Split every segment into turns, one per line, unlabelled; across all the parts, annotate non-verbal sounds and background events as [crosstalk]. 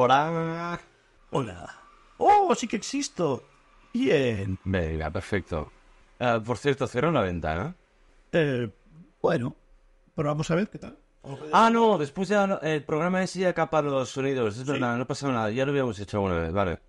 Hola.
Hola. ¡Oh, sí que existo! Bien.
Venga, perfecto. Ah, por cierto, cierra la ventana.
Eh, bueno, pero vamos a ver qué tal.
Ah, no, después ya no- el programa ese ya capa los sonidos. Es verdad, no pasa nada, ya lo habíamos hecho alguna vez, vale.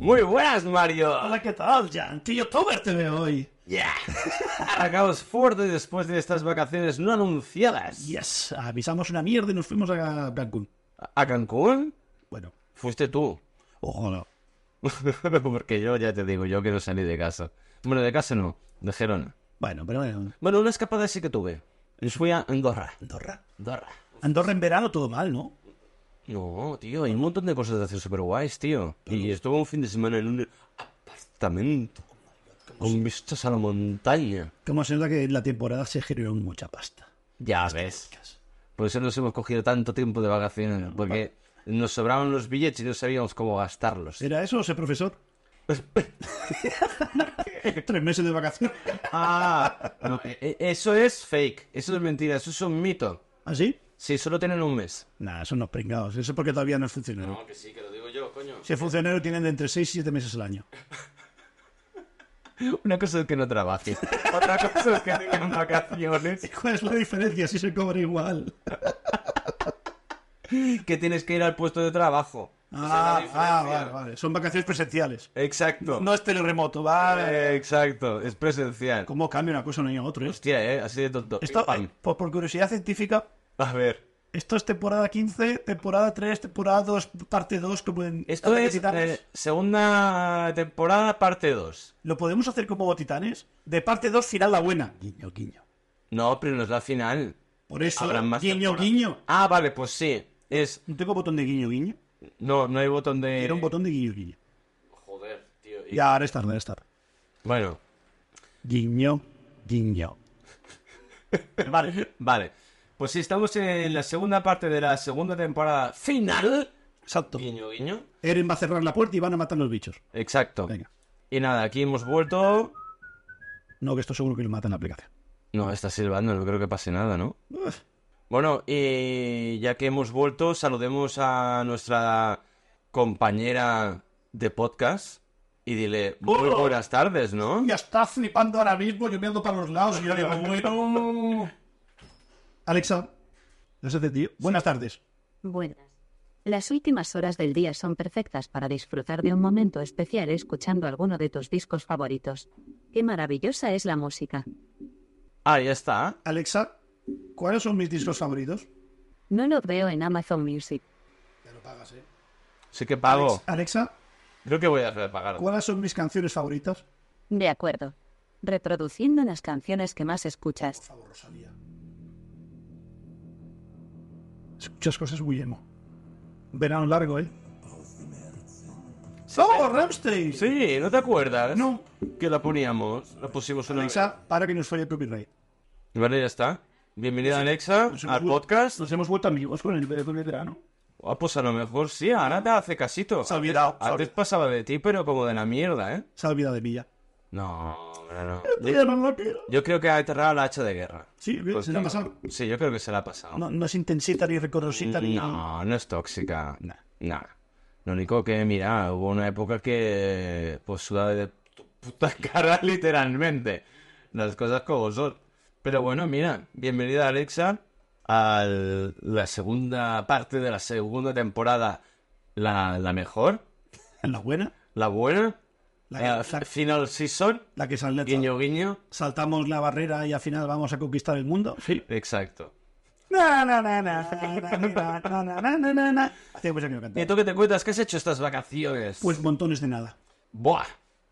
Muy buenas, Mario.
Hola, ¿qué tal, Jan? Que youtuber te veo hoy.
[laughs] Yeah. Arrancamos fuerte después de estas vacaciones no anunciadas.
Yes, avisamos una mierda y nos fuimos a Cancún.
¿A Cancún?
Bueno,
Fuiste tú. [laughs]
ojo no.
Porque yo ya te digo, yo que no salí de casa. Bueno, de casa no, de Gerona.
Bueno, pero bueno.
Bueno, una escapada sí que tuve. Y fui a Andorra.
Andorra.
Andorra.
Andorra en verano todo mal, ¿no?
No, tío, hay un montón de cosas de hacer súper guays, tío. Y estuve un fin de semana en un apartamento. Con vistas a la montaña.
Como se nota que en la temporada se generó mucha pasta.
Ya ves. Por eso nos hemos cogido tanto tiempo de vacaciones. Porque nos sobraban los billetes y no sabíamos cómo gastarlos.
¿Era eso, ese profesor? [laughs] Tres meses de vacaciones.
[laughs] Ah, no, e- e- eso es fake. Eso es mentira. Eso es un mito.
¿Así?
Sí, solo tienen un mes.
¿Ah, Nah, son los pringados. Eso es porque todavía no es funcionario.
que sí, que lo digo yo, coño.
Si es funcionario, tienen de entre 6 y 7 meses al año.
[laughs] Una cosa es que no trabaje. [laughs] Otra cosa es que tengan
[laughs]
vacaciones.
¿Cuál es la diferencia si se
[laughs]
cobra igual?
Que tienes que ir al puesto de trabajo.
Ah, ah, vale, vale. Son vacaciones presenciales.
Exacto.
No es teleremoto, vale.
Eh, exacto. Es presencial.
¿Cómo cambia una cosa de un año a otro? eh?
Hostia, eh. Así de tonto.
Esto,
Pam.
eh, por, por curiosidad científica,
A ver.
esto es temporada 15, temporada 3, temporada 2, parte 2, como en...
Esto
Ataque
es
Titanes.
eh, segunda temporada, parte 2.
¿Lo podemos hacer como Titanes? De parte 2, final la buena. Guiño, guiño.
No, pero no es la final.
Por eso,
Habrá más
guiño,
temporadas.
guiño.
Ah, vale, pues sí. Es.
No tengo botón de guiño, guiño.
No, no hay botón de.
Era un botón de guiño, guiño.
Eh, Joder, tío.
Ya, ahora es tarde, ahora es tarde.
Bueno,
Guiño, guiño. [laughs] Vale.
vale. Pues sí, estamos en la segunda parte de la segunda temporada final.
Exacto.
Guiño, guiño.
Eren va a cerrar la puerta y van a matar los bichos.
Exacto.
Venga.
Y nada, aquí hemos vuelto.
No, que esto seguro que lo matan en la aplicación.
No, está silbando, no creo que pase nada, ¿no?
Uf.
Bueno, y ya que hemos vuelto, saludemos a nuestra compañera de podcast y dile muy
Oh.
buenas tardes, ¿no?
Ya está flipando ahora mismo, yo me ando para los lados y yo digo, bueno. Alexa, ¿no se hace, tío? Buenas tardes.
Buenas. Las últimas horas del día son perfectas para disfrutar de un momento especial escuchando alguno de tus discos favoritos. Qué maravillosa es la música.
Ah, ya está.
Alexa, ¿cuáles son mis discos favoritos?
No lo veo en Amazon Music.
Ya lo pagas, eh.
Sí que pago.
Alexa,
Creo que voy a hacer pagar.
¿cuáles son mis canciones favoritas?
De acuerdo. Reproduciendo las canciones que más escuchas.
favor, Rosalía. Escuchas cosas muy emo. Verano largo, ¿eh? ¡Oh, Ramstein!
Sí, ¿no te acuerdas?
No.
Que la poníamos, la pusimos en Alexa.
Alexa, para que nos falle el copyright.
Vale, ya está. Bienvenida Alexa al podcast.
Nos hemos vuelto amigos con el, con el verano.
Ah, pues a lo mejor sí, ahora te hace casito.
Se ha olvidado, se ha
Antes
olvidado.
pasaba de ti, pero como de la mierda, ¿eh?
Se ha olvidado de Villa.
No, hombre, no.
Ya no lo quiero.
Yo creo que ha aterrado la hacha de guerra.
Sí,
Pues
bien, se le ha pasado.
Sí, yo creo que se la ha pasado.
No, no es intensita ni recorrosita ni...
No, no es tóxica.
Nah.
Nah. Lo único que, mira, hubo una época que pues sudaba de tu puta [laughs] cara literalmente. Las cosas como son. Pero bueno, mira, bienvenida Alexa a la segunda parte de la segunda temporada. La, la mejor,
En la buena,
la buena.
La que-
eh,
la-
final season.
la que sal-
Guiño, guiño.
saltamos la barrera y al final vamos a conquistar el mundo. Sí.
Exacto.
Na, na, na, na, na, na, na, na, na, na, na, na. Hacía mucho que no cantaba.
¿Y tú qué te cuentas? ¿Qué has hecho estas vacaciones?
Pues montones de nada.
Buah.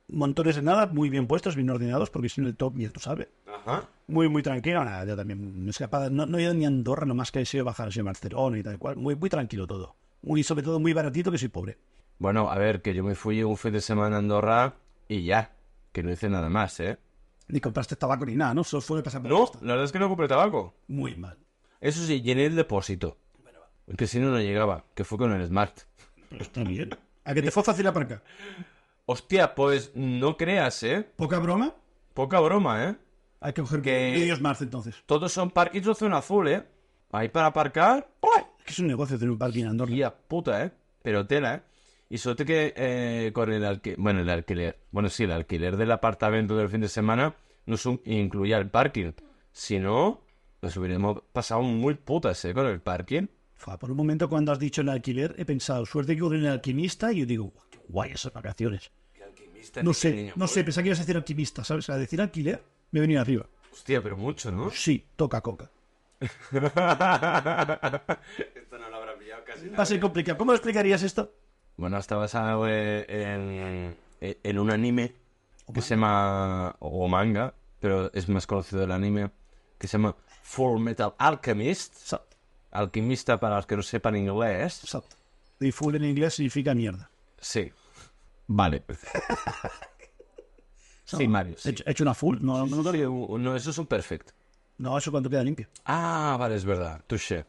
Montones de nada, muy bien puestos, bien ordenados, porque si no el top, ya tú sabes.
Ajá.
Muy, muy tranquilo. Nada, yo también escapada. No, no he ido ni a Andorra, nomás que he sido bajar así a Barcelona y tal cual. Muy, muy tranquilo todo. Muy, sobre todo muy baratito, que soy pobre.
Bueno, a ver, que yo me fui un fin de semana a Andorra y ya, que no hice nada más, ¿eh?
Ni compraste tabaco ni nada, ¿no? Solo fue pasar por la
No,
costa.
la verdad es que no compré tabaco.
Muy mal.
Eso sí, llené el depósito. Que si no, no llegaba, que fue con el Smart.
Pero está bien. ¿A que te fue fácil aparcar?
Hostia, pues no creas, ¿eh?
¿Poca broma?
Poca broma, ¿eh?
Hay que coger
Que-
vídeos más entonces.
Todos son parkings de zona azul, ¿eh? Ahí para aparcar. ¡Uy!
Es que es un negocio tener un parking en Andorra.
Guía puta, ¿eh? Pero tela, ¿eh? Y suerte que eh, con el alquiler... Bueno, el alquiler... Bueno, sí, el alquiler del apartamento del fin de semana no su- incluía el parking. Si no, nos hubiéramos pasado muy putas, ¿eh? Con el parking.
Fua, por un momento cuando has dicho el alquiler he pensado, suerte que hubo en el alquimista y yo digo, "Guau, qué guay esas vacaciones. No sé, no sé, pensaba que ibas a decir alquimista, ¿sabes? A decir alquiler me venía arriba.
Hostia, pero mucho, ¿no? [laughs]
Sí, toca coca.
Esto no lo habrá pillado casi
Va a ser complicado. ¿Cómo lo explicarías esto?
Bueno, está basado eh, en, en- en un anime que se llama. o manga, pero es más conocido el anime, que se llama Full Metal Alchemist.
Exacto,
Alquimista para los que no sepan inglés.
exacto. Y full en inglés significa mierda.
Sí. Vale. sí, Mario.
He
sí.
hecho, he hecho una full, no, no, no,
No, eso es un perfect.
no, eso cuando queda limpio.
Ah, vale, es verdad. Touché.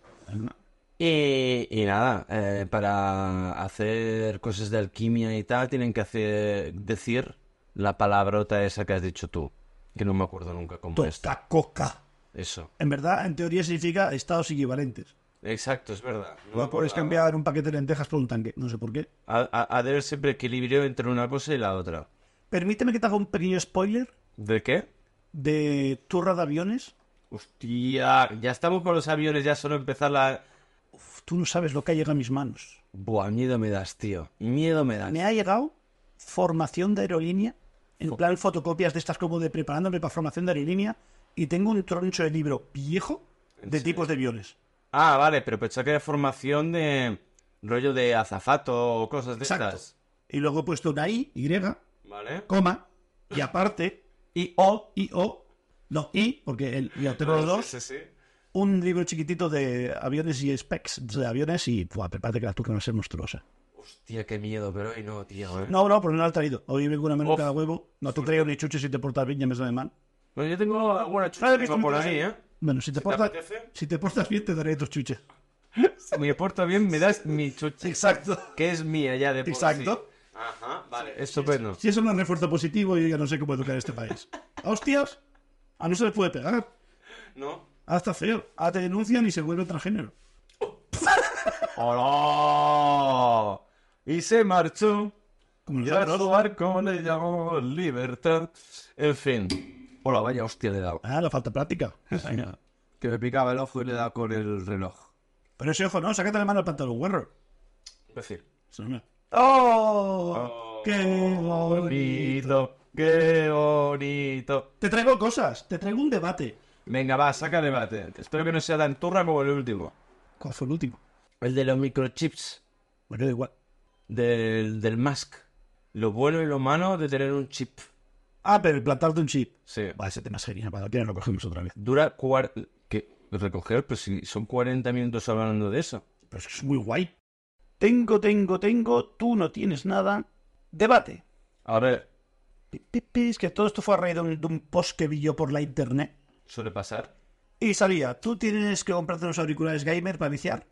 Y, y nada, eh, para hacer cosas de alquimia y tal, tienen que hacer, decir la palabrota esa que has dicho tú, que no me acuerdo nunca cómo es.
Toca coca.
Eso.
En verdad, en teoría significa estados equivalentes.
Exacto, es verdad. No me
No puedes
acordaba.
cambiar un paquete de lentejas por un tanque, no sé por qué.
Ha, ha- ha de haber siempre equilibrio entre una cosa y la otra.
Permíteme que te haga un pequeño spoiler
¿De qué?
de turra de aviones.
Hostia, ya estamos con los aviones, ya solo empezar la...
Uf, tú no sabes lo que ha llegado a mis manos.
Buah, miedo me das, tío. Miedo me das.
Me ha llegado formación de aerolínea, en plan fotocopias de estas como de preparándome para formación de aerolínea, y tengo un troncho de libro viejo de tipos de aviones.
Ah, vale, pero pensaba que era formación de rollo de azafato o cosas de
Exacto.
estas.
Y luego he puesto una I, Y,
Vale.
coma, y aparte,
Y o...
I, O, no, I, porque el, ya tengo los dos,
Ah, Sí, sí.
un libro chiquitito de aviones y specs de aviones, y buah, prepárate que la tuca va a ser monstruosa.
Hostia, qué miedo, pero hoy no, tío, ¿eh?
No, no, pues no la he traído. Hoy vengo una menuda
Uf.
cada huevo. No te traigo ni chuches si te portas bien, ya me sabe mal.
Bueno, yo tengo alguna
Ah,
chucha
¿viste?
por ahí, ¿eh?
Bueno, si te,
te
portas,
apetece?
si te portas bien, te daré tus chuches.
Si me porto bien, me das mi chucha,
Exacto.
que es mía ya de por sí.
Exacto.
Ajá, vale. Estupendo.
Si eso no es un refuerzo positivo, yo ya no sé cómo educar a este país. ¡A ¡Hostias! A no se les puede pegar.
¿No?
Hasta feo. Ah, te denuncian y se vuelve transgénero.
¡Hola! Y se marchó.
Como
Y
los
a
otros.
su barco le llamó oh, Libertad. En fin. Hola, vaya hostia le he dado.
Ah, la falta de práctica.
Que me picaba el ojo y le he dado con el reloj.
Pero ese ojo, no, sácate la mano al pantalón, guarro.
Es decir...
Eso no me-
¡Oh!
¡Qué bonito!
bonito! ¡Qué bonito!
Te traigo cosas, te traigo un debate.
Venga, va, saca debate. Espero que no sea tan turra como el último.
¿Cuál fue el último?
El de los microchips.
Bueno, da igual.
Del, del Musk. Lo bueno y lo malo de tener un chip.
Ah, pero el plantarte un chip.
Sí.
Va, ese tema es genial. Para que lo cogemos otra vez.
Dura cuar... ¿Qué? Recoger, pero si son 40 minutos hablando de eso.
Pero es que es muy guay. Tengo, tengo, tengo, tú no tienes nada. Debate.
Ahora
Pi, pi, pi, Es que todo esto fue a raíz de un, de un post que vi yo por la internet.
suele pasar.
Y salía, tú tienes que comprarte unos auriculares gamer para viciar.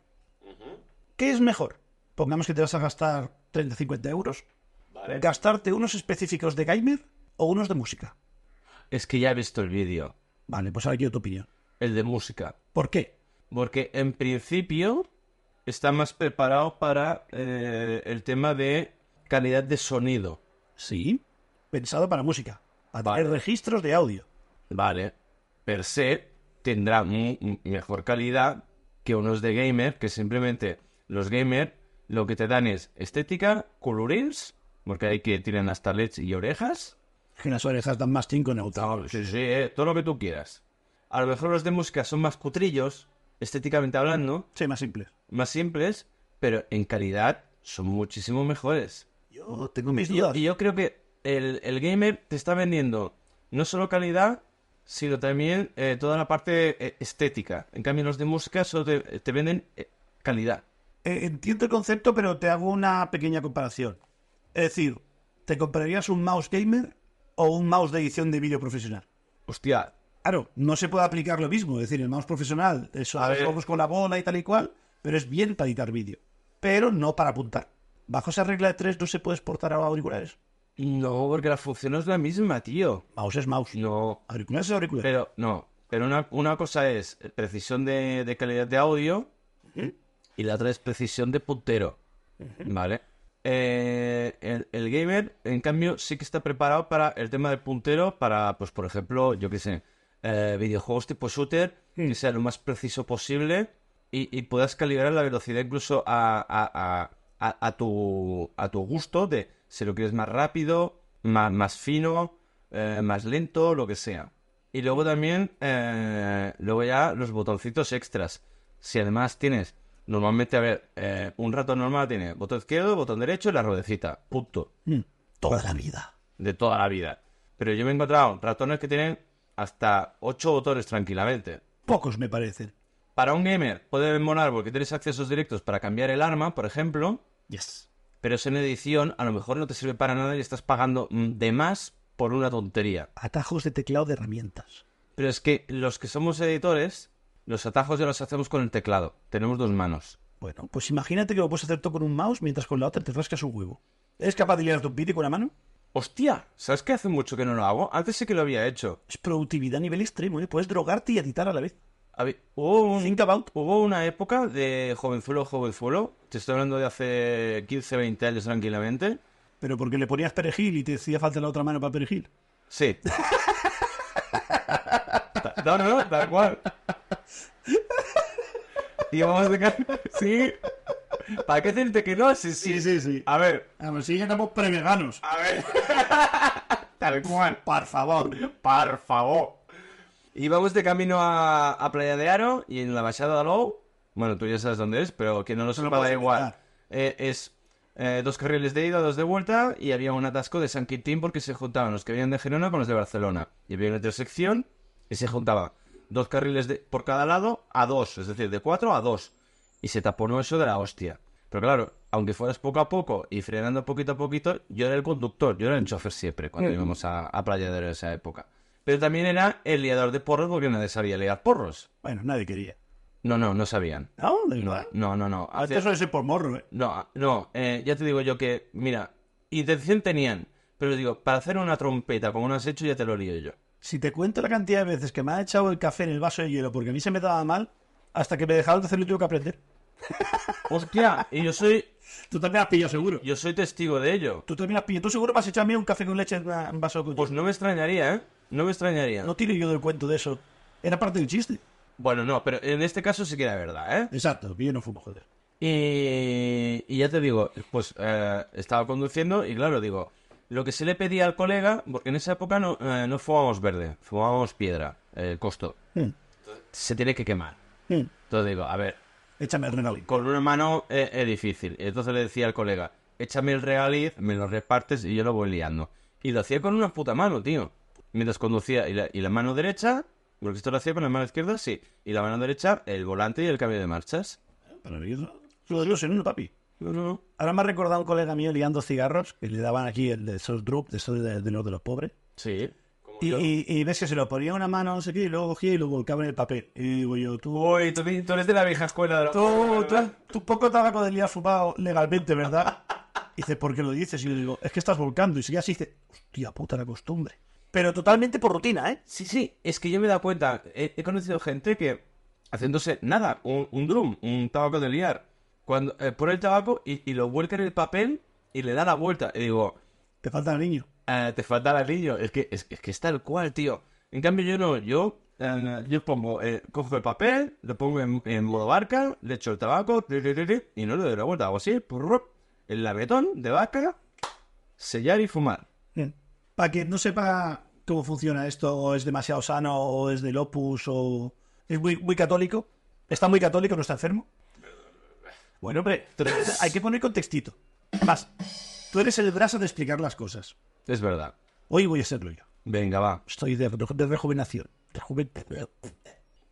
¿Qué es mejor? Pongamos que te vas a gastar 30-50 euros. ¿Gastarte unos específicos de gamer o unos de música?
Es que ya he visto el vídeo.
Vale, pues ahora quiero tu opinión.
El de música.
¿Por qué?
Porque en principio está más preparado para eh, el tema de calidad de sonido.
Sí. Pensado para música. Para
Vale.
tener registros de audio.
Vale. Per se tendrá mu- m- mejor calidad que unos de gamer, que simplemente los gamer lo que te dan es estética, colorings, porque hay que tienen hasta LEDs y orejas.
Que unas orejas dan más 5 neutrales.
Sí, sí, eh, todo lo que tú quieras. A lo mejor los de música son más cutrillos, estéticamente hablando,
Sí, más simple.
más simples, pero en calidad son muchísimo mejores.
Yo Oh, tengo mis
Y yo,
dudas.
y yo creo que el, el gamer te está vendiendo no solo calidad, sino también eh, toda la parte eh, estética. En cambio, los de música solo te, te venden eh, calidad.
Eh, entiendo el concepto, pero te hago una pequeña comparación. Es decir, ¿te comprarías un mouse gamer o un mouse de edición de vídeo profesional?
Hostia,
Claro, no se puede aplicar lo mismo. Es decir, el mouse profesional, eso,
A
a
ver.
con la bola y tal y cual, pero es bien para editar vídeo, pero no para apuntar. Bajo esa regla de tres no se puede exportar a auriculares.
No, porque la función es la misma, tío.
Mouse es mouse.
No,
Auriculares es auricular.
pero no. Pero una, una cosa es precisión de, de calidad de audio y la otra es precisión de puntero. Vale. Eh, el, el gamer, en cambio, sí que está preparado para el tema del puntero, para, pues, por ejemplo, yo qué sé, eh, videojuegos tipo shooter, que sea lo más preciso posible y, y puedas calibrar la velocidad incluso a, a- a- a- a tu, a tu gusto, de si lo quieres más rápido, más, más fino, eh, más lento, lo que sea. Y luego también, eh, luego ya los botoncitos extras. Si además tienes, normalmente, a ver, eh, un ratón normal tiene botón izquierdo, botón derecho y la ruedecita. Punto.
Mm. Toda la vida.
De toda la vida. Pero yo me he encontrado ratones que tienen hasta 8 botones tranquilamente.
Pocos me parecen.
Para un gamer puede molar porque tienes accesos directos para cambiar el arma, por ejemplo,
Yes.
pero eso en edición a lo mejor no te sirve para nada y estás pagando mm, de más por una tontería.
Atajos de teclado de herramientas.
Pero es que los que somos editores, los atajos ya los hacemos con el teclado. Tenemos dos manos.
Bueno, pues imagínate que lo puedes hacer todo con un mouse mientras con la otra te rascas un huevo. ¿Eres capaz de liar tu vídeo con la mano?
Hostia, ¿sabes qué hace mucho que no lo hago? Antes sí que lo había hecho.
Es productividad a nivel extremo, ¿eh? Puedes drogarte y editar a la vez.
Habi- Hubo, un-
Think about.
hubo una época de jovenzuelo, jovenzuelo, te estoy hablando de hace 15, 20 años tranquilamente.
Pero porque le ponías perejil y te hacía falta la otra mano para perejil.
Sí. [laughs] Ta- no, no, no, tal cual. Y vamos a dejar... [laughs] Sí. ¿Para qué decirte que no? Sí, sí.
sí.
A ver,
A ver, si ya estamos preveganos.
a ver. [laughs] tal cual.
Por favor.
Por favor. Íbamos de camino a, a Playa de Aro y en la Baixada de Alou, bueno, tú ya sabes dónde es, pero que no lo sepa da
puedes
igual.
explicar.
Eh, es eh, dos carriles de ida, dos de vuelta y había un atasco de San Quintín porque se juntaban los que venían de Gerona con los de Barcelona. Y había una intersección y se juntaba dos carriles de, por cada lado a dos, es decir, de cuatro a dos. Y se taponó eso de la hostia. Pero claro, aunque fueras poco a poco y frenando poquito a poquito, yo era el conductor, yo era el chofer siempre cuando íbamos a, a Playa de Aro en esa época. Pero también era el liador de porros porque nadie sabía liar porros.
Bueno, nadie quería.
No, no, no sabían.
¿No? De verdad.
No, no, no.
Antes suele ser por morro, ¿eh?
No, no, eh, ya te digo yo que, mira, intención tenían, pero digo, para hacer una trompeta como no has hecho, ya te lo lío yo.
Si te cuento la cantidad de veces que me ha echado el café en el vaso de hielo porque a mí se me daba mal, hasta que me dejaron de hacerlo y tuve que aprender.
Hostia, y yo soy,
Tú también has pillado seguro.
yo soy testigo de ello.
Tú también has pillado. Tú seguro me has echado a mí un café con leche en una- en un vaso de
Pues no me extrañaría, ¿eh? No me extrañaría.
No tiro yo del cuento de eso. Era parte del chiste.
Bueno, no, pero en este caso sí que era verdad, ¿eh?
Exacto, que yo no fumo, joder.
Y, y ya te digo, pues eh, estaba conduciendo y claro, digo, lo que se le pedía al colega, porque en esa época no, eh, no fumábamos verde, fumábamos piedra, eh, el costo,
Hmm,
se tiene que quemar.
hmm.
Entonces digo, a ver,
Échame el Renalin.
con una mano eh, es difícil. Entonces le decía al colega, échame el regaliz, me lo repartes y yo lo voy liando. Y lo hacía con una puta mano, tío. Mientras conducía y la, y la mano derecha, porque esto lo hacía con la mano izquierda, sí. Y la mano derecha, el volante y el cambio de marchas.
Para mí, eso- lo digo en uno, papi.
No, no, no.
Ahora me ha recordado un colega mío liando cigarros que le daban aquí el de esos drup, de esos de, de los de los pobres.
Sí.
Y, y- y ves que se lo ponía en una mano, no sé qué, y luego cogía y lo volcaba en el papel. Y digo yo, tú,
Uy, tú, tú eres de la vieja escuela de los-
tú, tú has- tú poco tabaco de liar fumado legalmente, ¿verdad? Y dice, ¿por qué lo dices? Y yo digo, es que estás volcando. Y si ya se dice, hostia puta la costumbre. Pero totalmente por rutina, ¿eh?
Sí, sí, es que yo me he dado cuenta, he, he conocido gente que haciéndose nada, un, un drum, un tabaco de liar, cuando eh, pone el tabaco y, y lo vuelca en el papel y le da la vuelta. Y digo,
Te falta niño.
"Ah, te falta el anillo, es que es, es que es tal cual, tío. En cambio yo no, yo, eh, yo pongo, eh, cojo el papel, lo pongo en, en modo barca, le echo el tabaco, tri, tri, tri, tri, y no le doy la vuelta, hago así, purrup, el labetón de vaca, sellar y fumar.
Bien. Para quien no sepa cómo funciona esto, o es demasiado sano, o es del opus, o es muy, muy católico. Está muy católico, no está enfermo. Bueno, hombre, [laughs] tú- hay que poner contextito. Más, tú eres el brazo de explicar las cosas.
Es verdad.
Hoy voy a serlo yo.
Venga, va.
Estoy de, de rejuvenación. Rejuven-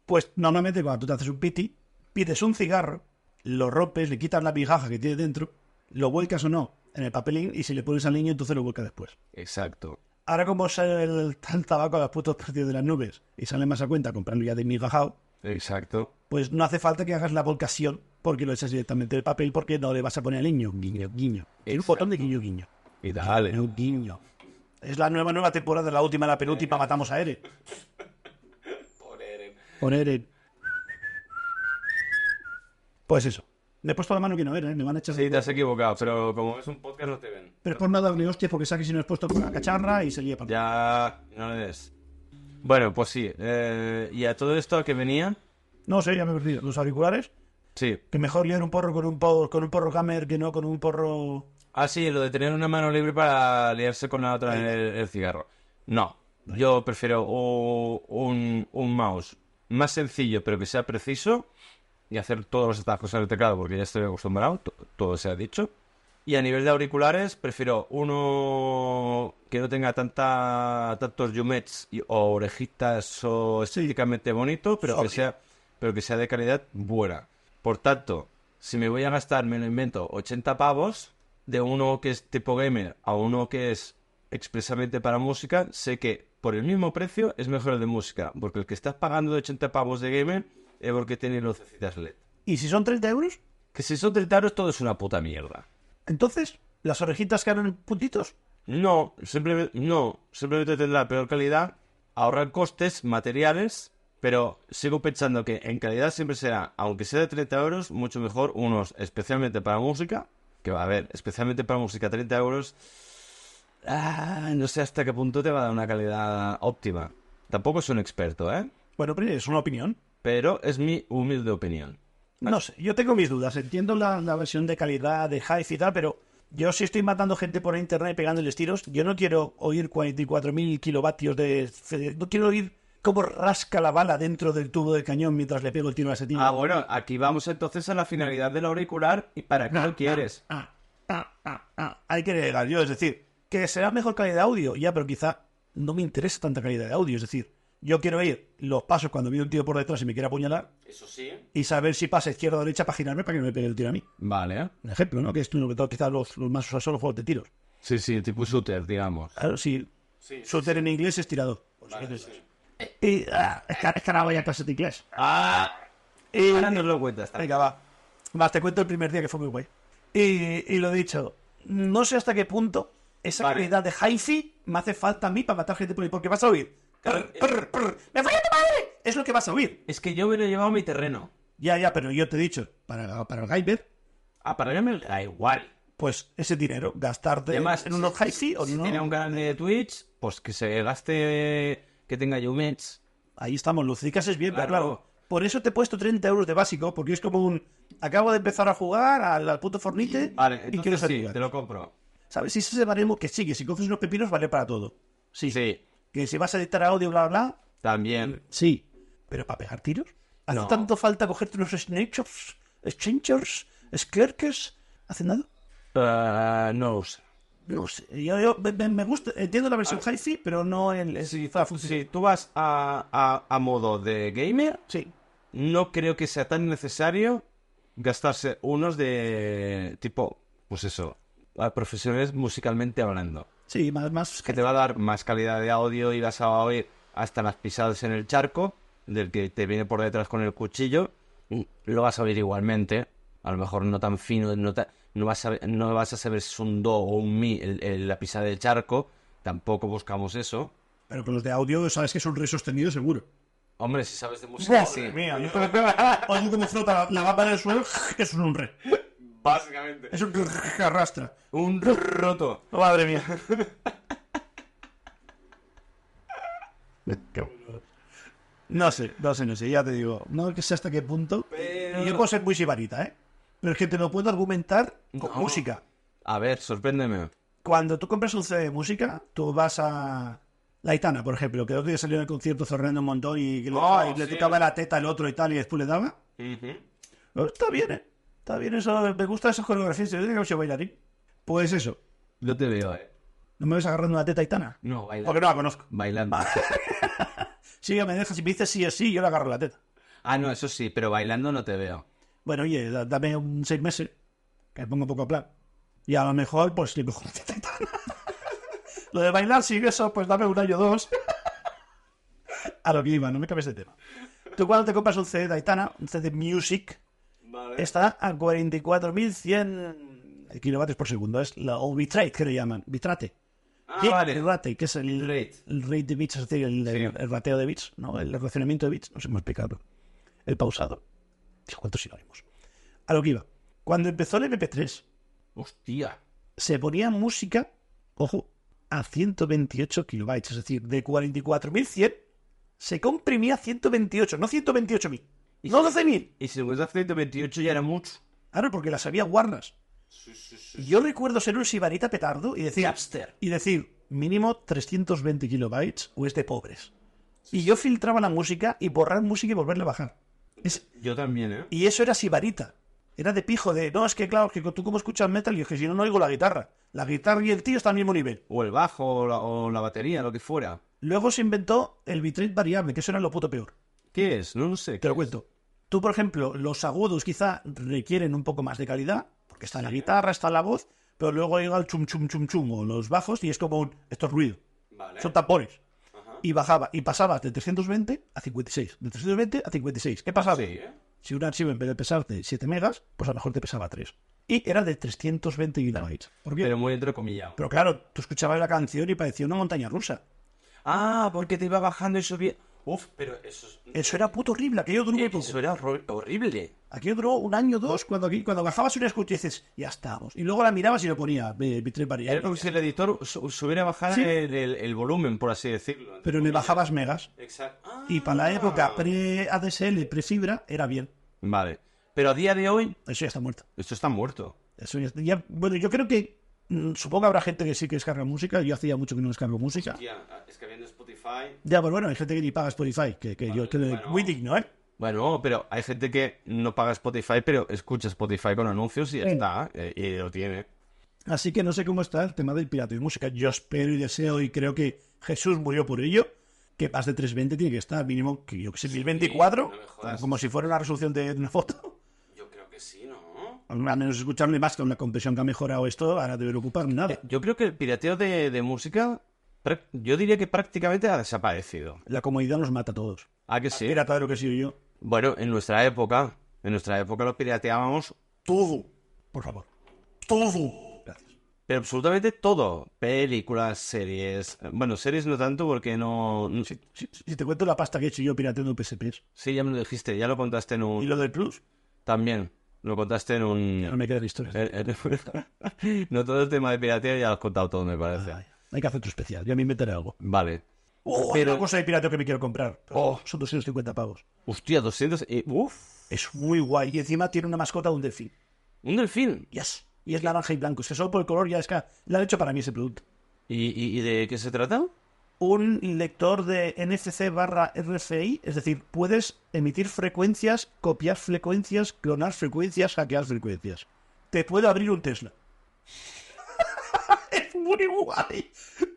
Pues normalmente cuando tú te haces un piti, pides un cigarro, lo rompes, le quitas la migaja que tiene dentro, lo vuelcas o no en el papelín y si le pones al niño entonces lo vuelca después.
Exacto.
Ahora como sale el, tal tabaco a los putos precios de las nubes y sale más a cuenta comprando ya de migajao,
Exacto.
pues no hace falta que hagas la volcación porque lo echas directamente del papel porque no le vas a poner al niño, guiño, guiño. Tiene un botón de guiño, guiño.
Y dale.
Un guiño. Es la nueva, nueva temporada, la última, la penúltima, matamos a Eren. Por Eren. Pues eso. Le he puesto la mano que no era, ¿eh? me van a echar.
Sí, te has equivocado, pero como es un podcast no te ven.
Pero es por no darle hostias porque sabes que si no es puesto con la cacharra y se lleva.
Ya, no le des. Bueno, pues sí. eh, ¿Y a todo esto a qué venía?
No sé, ya me he perdido. Los auriculares,
Sí.
que mejor liar un porro con un porro, con un porro gamer que no con un porro.
Ah, sí, lo de tener una mano libre para liarse con la otra en el, el cigarro. No, yo prefiero u- un, un mouse más sencillo, pero que sea preciso y hacer todos los atajos en el teclado, porque ya estoy acostumbrado, to- todo se ha dicho. Y a nivel de auriculares, prefiero uno que no tenga tanta, tantos yumets y- o orejitas o estéticamente bonito, pero que,
Sólido.
sea, pero que sea de calidad buena. Por tanto, si me voy a gastar, me lo invento, 80 pavos de uno que es tipo gamer a uno que es expresamente para música, sé que por el mismo precio es mejor el de música, porque el que estás pagando de 80 pavos de gamer es porque tiene lucecitas LED.
Y si son 30 euros,
Que si son 30 euros, todo es una puta mierda.
entonces las orejitas ganan puntitos.
No, simplemente, no, simplemente tendrá peor calidad, ahorrar costes, materiales, pero sigo pensando que en calidad siempre será, aunque sea de 30 euros, mucho mejor unos especialmente para música, que va a haber, especialmente para música 30 euros, ah, no sé hasta qué punto te va a dar una calidad óptima. Tampoco soy un experto, ¿eh?
Bueno, pero es una opinión.
Pero es mi humilde opinión.
No sé, yo tengo mis dudas. Entiendo la, la versión de calidad de Hive y tal, pero yo si estoy matando gente por internet pegándoles tiros, yo no quiero oír 44.000 kilovatios de... No quiero oír cómo rasca la bala dentro del tubo del cañón mientras le pego el tiro a ese tío.
Ah, bueno, aquí vamos entonces a la finalidad del auricular y para qué lo quieres.
Ah, ah, ah, ah. Hay que llegar yo, es decir, que será mejor calidad de audio, ya, pero quizá no me interesa tanta calidad de audio, es decir, yo quiero oír los pasos cuando viene un tío por detrás y me quiere apuñalar
Eso sí.
y saber si pasa izquierda o derecha para girarme para que no me pegue el tiro a mí.
Vale.
Un ejemplo, ¿no? Que es lo que todo- quizá los, los más usados son los juegos de tiros.
Sí, sí, tipo shooter, digamos.
Claro, si soltero en inglés es tirador. Pues, ¿qué dices? Y, ah, es, que, es que ahora voy a clase de inglés.
Ah,
Y-
ahora nos lo cuentas. tal.
Venga, va. Más te cuento el primer día que fue muy guay. Y, y lo dicho, no sé hasta qué punto esa
Vale.
calidad de hi-fi me hace falta a mí para matar gente por ahí, porque vas a oír. Prr, prr, prr. ¡Me voy a tu madre! Es lo que vas a oír.
Es que yo hubiera llevado mi terreno.
Ya, ya, pero yo te he dicho, para, para el Gaiber,
Ah, para mí me da igual.
pues ese dinero, gastarte
Además,
en unos
si-
hi-fi o
si
no.
tiene un canal de Twitch, pues que se gaste, que tenga Yumets.
Ahí estamos, lucicas es bien, pero
Claro.
claro. Por eso te he puesto 30 euros de básico, porque es como un. Acabo de empezar a jugar al, al puto Fornite
Vale,
y
entonces
quiero
sí,
saturar.
te lo compro.
¿Sabes? Si ese baremo que sigue, si coges unos pepinos, vale para todo. Sí.
Sí,
Que si vas a editar audio, bla, bla, bla,
también.
sí. Pero para pegar tiros, ¿hace
No.
tanto falta cogerte unos snatchers, schinchers, skirkers? ¿Hace nada?
Eh, no lo sé.
No sé. Yo, yo- me, me- me gusta, entiendo la
Ah.
versión hi-fi, pero no el. el-
Si,
la función.
si tú vas a, a- a modo de gamer,
Sí.
no creo que sea tan necesario gastarse unos de tipo, pues eso, a profesiones musicalmente hablando.
Sí, más. más
que te va a dar más calidad de audio y vas a oír hasta las pisadas en el charco del que te viene por detrás con el cuchillo. Lo vas a oír igualmente. A lo mejor no tan fino, no, ta- no, vas, a, no vas a saber si es un do o un mi el- el- la pisada del charco. Tampoco buscamos eso.
Pero con los de audio sabes que son re sostenidos, seguro.
Hombre, si sabes de música, sí.
Mía, yo- Oye, como flota la, la bamba en el suelo, [laughs] es un re.
Básicamente.
Es un re que arrastra.
Un roto.
Madre mía. No sé, no sé, no sé, ya te digo. No que sé hasta qué punto.
Pero-
Y Yo puedo ser muy sibarita, ¿eh? Pero es que te lo puedo argumentar con
No.
música.
A ver, sorpréndeme.
Cuando tú compras un CD de música, tú vas a. La Itana, por ejemplo, que el otro día salió en el concierto zorreando un montón y, que le-
Oh,
y le
sí.
tocaba la teta al otro y tal, y después le daba. No, Está bien, ¿eh? Está bien eso. Me gustan esas coreografías. Yo tengo que soy bailarín. Pues eso.
No te veo, eh.
¿No me ves agarrando una teta itana?
No, bailando.
Porque no la conozco. [laughs]
Bailando.
Si ella me deja, si me dices sí es sí, yo le agarro la teta.
Ah, no, eso sí, pero bailando no te veo.
Bueno, oye, da- dame un seis meses. Que me pongo un poco a plan. Y a lo mejor, pues le cojo [laughs] la teta itana. lo de bailar, sí, eso, pues dame un año o dos. [laughs] a lo que iba, no me cambies de tema. Tú cuando te compras un CD de Aitana, un CD Music,
Vale.
Está a 44.100 kilovatios por segundo. Es la, o bitrate, que le llaman. Bitrate.
Ah,
Sí,
vale.
El rate, que es el,
El rate.
el rate de bits, es decir, el,
Sí.
el- el rateo de bits, ¿no? El relacionamiento de bits, nos hemos explicado. El pausado. Dios, ¿Cuántos sinónimos? A lo que iba. Cuando empezó el MP3,
Hostia.
se ponía música, ojo, a 128 kilobytes, es decir, de 44.100 se comprimía a 128, no 128.000,
Y
no
se-
12.000.
Y si lo a 128 ya era mucho.
Claro, porque las había guarras. Y Yo recuerdo ser un sibarita petardo y decir, y decir, mínimo 320 kilobytes o es de pobres. Y yo filtraba la música y borrar música y volverla a bajar. Es-
Yo también, ¿eh?
y eso era sibarita. Era de pijo, de, no, es que claro, que tú como escuchas metal, y yo que si no, no oigo la guitarra. La guitarra y el tío están al mismo nivel.
O el bajo, o la, o la batería, lo que fuera.
Luego se inventó el bitrate variable, que eso era lo puto peor.
¿Qué es? No lo sé.
Te lo cuento. Tú, por ejemplo, los agudos quizá requieren un poco más de calidad, porque está la guitarra, está la voz, pero luego llega el chum chum chum chum o los bajos y es como un, esto es ruido,
Vale.
son tapones. Y bajaba, y pasabas de 320 a 56, de 320 a 56. ¿Qué pasaba?
¿eh?
Si un archivo en vez de pesarte 7 megas, pues a lo mejor te pesaba 3. Y era de 320 gigabytes. ¿Por qué?
Pero muy entrecomillado.
Pero claro, tú escuchabas la canción y parecía una montaña rusa.
Ah, porque te iba bajando y subía. Uf, pero eso es...
Eso era puto horrible, aquello duró muy poco.
Eso era horro- horrible.
Aquí duró un año o dos cuando aquí cuando bajabas una escucha y dices, ya estamos. Y luego la mirabas y lo ponía, eh, bitrate
Era
variable.
como si el editor su- subiera a bajar
Sí.
el, el- el volumen, por así decirlo.
Pero le bajabas megas.
Exacto. Ah.
Y para la época pre-ADSL, pre-fibra, era bien.
Vale. Pero a día de hoy,
Eso ya está muerto.
esto está muerto.
Eso ya, está- ya- bueno, yo creo que mm, supongo habrá gente que sí que descarga música. Yo hacía mucho que no descargo música.
es que viendo Spotify...
Ya, pero bueno, hay gente que ni paga Spotify, que, que yo que
bueno.
muy digno, ¿eh?
Bueno, pero hay gente que no paga Spotify, pero escucha Spotify con anuncios y ya
Sí.
está. eh, Y lo tiene.
Así que no sé cómo está el tema del pirata y música. Yo espero y deseo y creo que Jesús murió por ello. Que más de 320 tiene que estar, mínimo, que yo que sé, 1024.
no me jodas.
como si fuera una resolución de una foto. [laughs]
Yo creo que sí, ¿no?
Al menos escucharle más con la compresión que ha mejorado esto, ahora debe ocupar nada.
Eh, Yo creo que el pirateo de, de música, prá- yo diría que prácticamente ha desaparecido.
La comodidad nos mata a todos.
¿A que sí?
Pirata de lo que he sido yo.
Bueno, en nuestra época, en nuestra época lo pirateábamos,
Todo. Por favor. Todo. Gracias.
pero absolutamente todo. Películas, series... eh, Bueno, series no tanto porque no... no- Sí,
Si, si te cuento la pasta que he hecho yo pirateando PSPs.
ya me lo dijiste, ya lo contaste en
Y
un...
lo del Plus,
También, lo contaste en
ya no
un...
me quedan historias.
en- en- [laughs] no todo el tema de pirateo ya lo has contado todo, me parece.
Ay, hay que hacer otro especial, ya me inventaré algo.
Vale.
Oh, hay
Pero-
una cosa de pirateo que me quiero comprar. Pues,
Oh.
Son 250 pavos.
Hostia, 200... y- ¡Uf!
Es muy guay. Y encima tiene una mascota de un delfín.
Un delfín.
Yes. Y es naranja y blanco. Es que solo por el color ya es que le han hecho para mí ese producto.
¿Y, y- y de qué se trata?
Un lector de NFC barra RFI, es decir, puedes emitir frecuencias, copiar frecuencias, clonar frecuencias, hackear frecuencias. Te puedo abrir un Tesla. [laughs] es muy guay.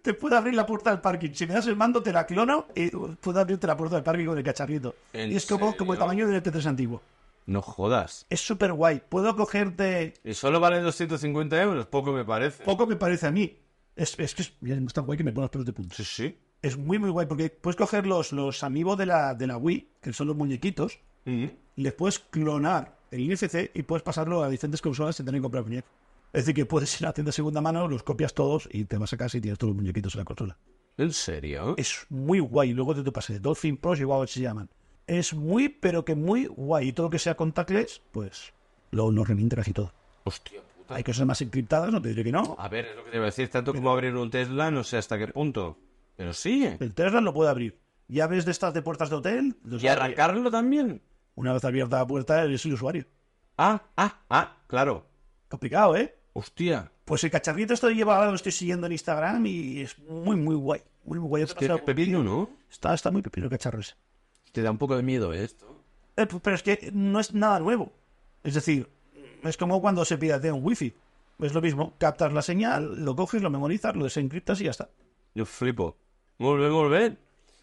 Te puedo abrir la puerta del parking. Si me das el mando, te la clono y puedo abrirte la puerta del parking con el cacharrito.
¿En
Y es como, como el
serio?
tamaño del T3 antiguo.
No jodas.
Es súper guay. Puedo cogerte
Y solo vale 250 euros, poco me parece.
poco me parece a mí. Es, es que es, mira, es tan guay que me pone los pelos de punta.
Sí, sí.
Es muy, muy guay porque puedes coger los, los amigos de la, de la Wii, que son los muñequitos,
Mm.
y les puedes clonar el NFC y puedes pasarlo a diferentes consolas sin tener que comprar muñecos. Es decir, que puedes ir a la tienda de segunda mano, los copias todos y te vas a casa y tienes todos los muñequitos en la consola.
¿En serio?
Es muy guay. Luego te, te pasé Dolphin Pros y wow, se llaman. Es muy, pero que muy guay. Y todo lo que sea contactless, pues lo, lo revienta casi todo.
Hostia puta.
Hay cosas más encriptadas, no te diré que no.
A ver, es lo que te iba a decir. Tanto como abrir un Tesla, no sé hasta qué punto. Pero sí.
El Tesla lo puede abrir. Llaves de estas de puertas de hotel. los
¿Y
abre.
arrancarlo también?
Una vez abierta la puerta, eres el usuario.
Ah, ah, ah, claro.
Complicado, ¿eh?
Hostia.
Pues el cacharrito esto lleva, lo estoy siguiendo en Instagram y es muy, muy guay. Muy, muy guay. Te
Hostia,
pasa-
qué pepino, ¿no?
Está, está muy pepino el cacharro ese.
Te da un poco de miedo ¿eh? esto.
Eh, pues, pero es que no es nada nuevo. Es decir, es como cuando se piratea un wifi. Es lo mismo, captas la señal, lo coges, lo memorizas, lo desencriptas y ya está.
Yo flipo. Volver, volver.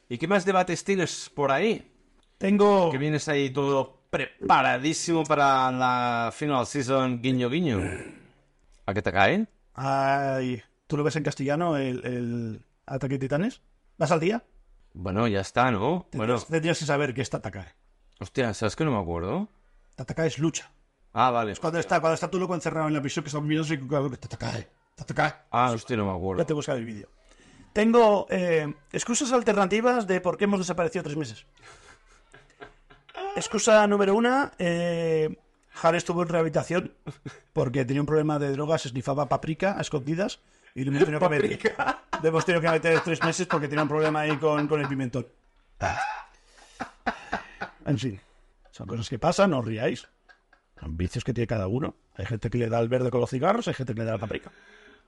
¿Y qué más debates tienes por ahí?
Tengo...
Que vienes ahí todo preparadísimo para la final season guiño guiño. ¿A qué te caen?
Ay, ¿Tú lo ves en castellano, el, el ataque de titanes? ¿Vas al día?
Bueno, ya está, ¿no? Bueno,
Tendrías- Tendrías que saber que es Tataka.
hostia, ¿sabes que no me acuerdo?
Tataka es lucha.
Ah, vale.
Es cuando está, cuando está tú loco encerrado en la prisión que está mirando y que te toca, eh, te toca.
Ah, hostia, no me
Ya
acuerdo.
te he buscado el vídeo. Tengo eh, excusas alternativas de por qué hemos desaparecido tres meses. Excusa número una, eh, Har estuvo en rehabilitación porque tenía un problema de drogas, esnifaba paprika a escondidas y le hemos tenido que meter, le hemos tenido que meter tres meses porque tenía un problema ahí con, con el pimentón. Ah. En fin, son cosas que pasan, no os riáis. Son vicios que tiene cada uno. Hay gente que le da el verde con los cigarros, hay gente que le da la paprika.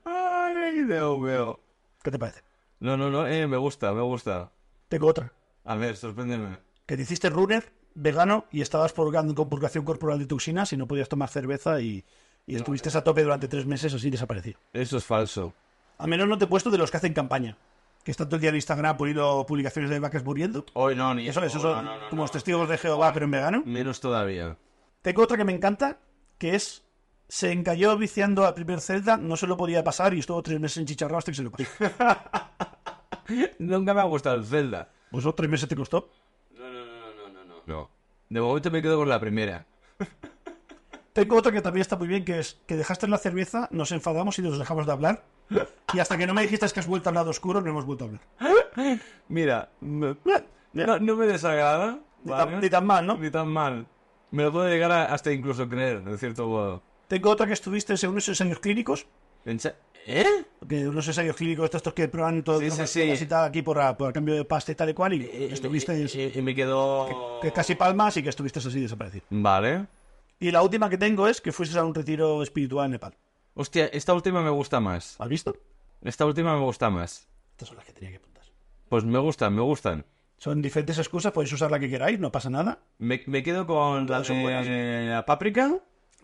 Ay, Dios mío.
¿Qué te parece?
No, no, no, eh, me gusta, me gusta.
Tengo otra.
A ver, sorpréndeme.
que te hiciste runner vegano y estabas purgando con purgación corporal de toxinas y no podías tomar cerveza y, y estuviste a tope durante tres meses así desaparecido.
Eso es falso.
Al menos no te he puesto de los que hacen campaña, que están todo el día en Instagram poniendo publicaciones de vacas muriendo.
Hoy no, ni
Y eso, eso
oh,
son
no, no, no,
como
no.
los testigos de Jehová, pero en vegano.
Menos todavía.
Tengo otra que me encanta, que es... Se encalló viciando a primer celda, no se lo podía pasar y estuvo tres meses en chicharrón hasta que
[laughs]
se lo pasó.
Nunca me ha gustado el Zelda.
Pues ¿o tres meses te costó.
No, no, no, no, no, no. No. De momento me quedo con la primera.
Tengo otra que también está muy bien, que es que dejaste la cerveza, nos enfadamos y nos dejamos de hablar. Y hasta que no me dijiste que has vuelto al lado oscuro, no hemos vuelto a hablar.
Mira, me- no, no me desagrada.
Ni,
¿vale?
tan, ni tan mal, ¿no?
Ni tan mal. Me lo puedo llegar a hasta incluso creer, de cierto modo.
Tengo otra que estuviste en unos ensayos clínicos,
¿En se- ¿Eh?
que unos ensayos clínicos de estos que prueban todo
Sí, sí,
todas
sí.
las y tal aquí por, a- por cambio de pasta y tal y cual, y estuviste
Y, y me quedó...
que casi palmas y que estuviste así desaparecido.
Vale.
Y la última que tengo es que fuiste a un retiro espiritual en Nepal.
Hostia, esta última me gusta más.
¿Has visto?
Esta última me gusta más.
Estas son las que tenía que apuntar.
Pues me gustan, me gustan.
Son diferentes excusas, podéis usar la que queráis, no pasa nada.
Me, me quedo con la
Todas son buenas.
de la páprica,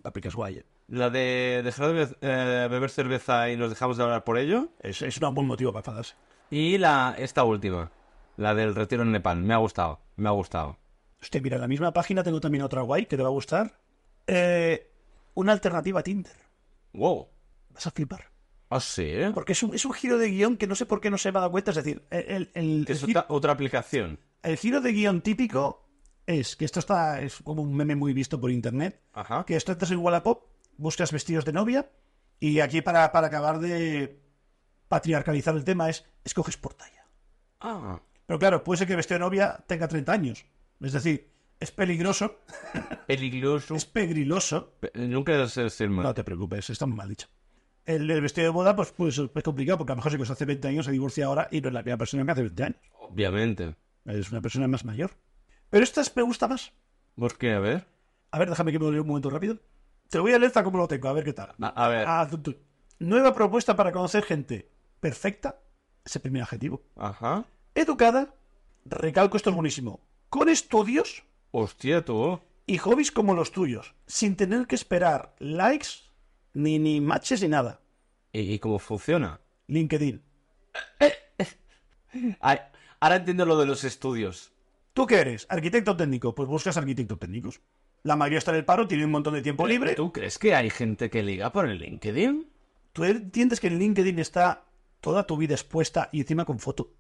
La aplicas guay. ¿eh?
la de dejar de be- eh, beber cerveza y nos dejamos de hablar por ello.
Es, es un buen motivo para enfadarse.
Y la esta última, la del retiro en Nepal. Me ha gustado, me ha gustado.
Usted mira, en la misma página tengo también otra guay que te va a gustar. Eh, una alternativa a Tinder.
Wow.
Vas a flipar.
Ah, sí, ¿eh?
Porque es un, es un giro de guión que no sé por qué no se me ha dado cuenta. Es decir, el, el- el-
Es
el gi-
otra, otra aplicación.
el giro de guión típico es que esto está es como un meme muy visto por internet.
Ajá.
Que estás en Wallapop, buscas vestidos de novia y aquí para, para acabar de patriarcalizar el tema es escoges por talla.
Ah.
Pero claro, puede ser que vestido de novia tenga 30 años. Es decir, es peligroso,
Peligroso.
es pegriloso
Pe- Nunca sé decir más.
No te preocupes, está muy mal dicho. El, el vestido de boda, pues, pues es complicado, porque a lo mejor se casó hace 20 años, se divorcia ahora y no es la misma persona que hace 20 años.
Obviamente.
Es una persona más mayor. Pero esta es- me gusta más.
¿Por qué? A ver.
A ver, déjame que me lo lea un momento rápido. Te lo voy a leer tal como lo tengo, a ver qué tal.
A, a ver.
Ah, tu- tu. Nueva propuesta para conocer gente perfecta, ese primer adjetivo.
Ajá.
Educada, recalco, esto es buenísimo. Con estudios
Hostia, tú.
y hobbies como los tuyos, sin tener que esperar likes, ni, ni matches, ni nada.
¿Y, y cómo funciona?
LinkedIn.
Ay, ahora entiendo lo de los estudios.
¿Tú qué eres? ¿Arquitecto técnico? Pues buscas arquitectos técnicos. La mayoría está en el paro, tiene un montón de tiempo libre.
¿Tú crees que hay gente que liga por el LinkedIn?
Tú entiendes que en LinkedIn está toda tu vida expuesta y encima con foto.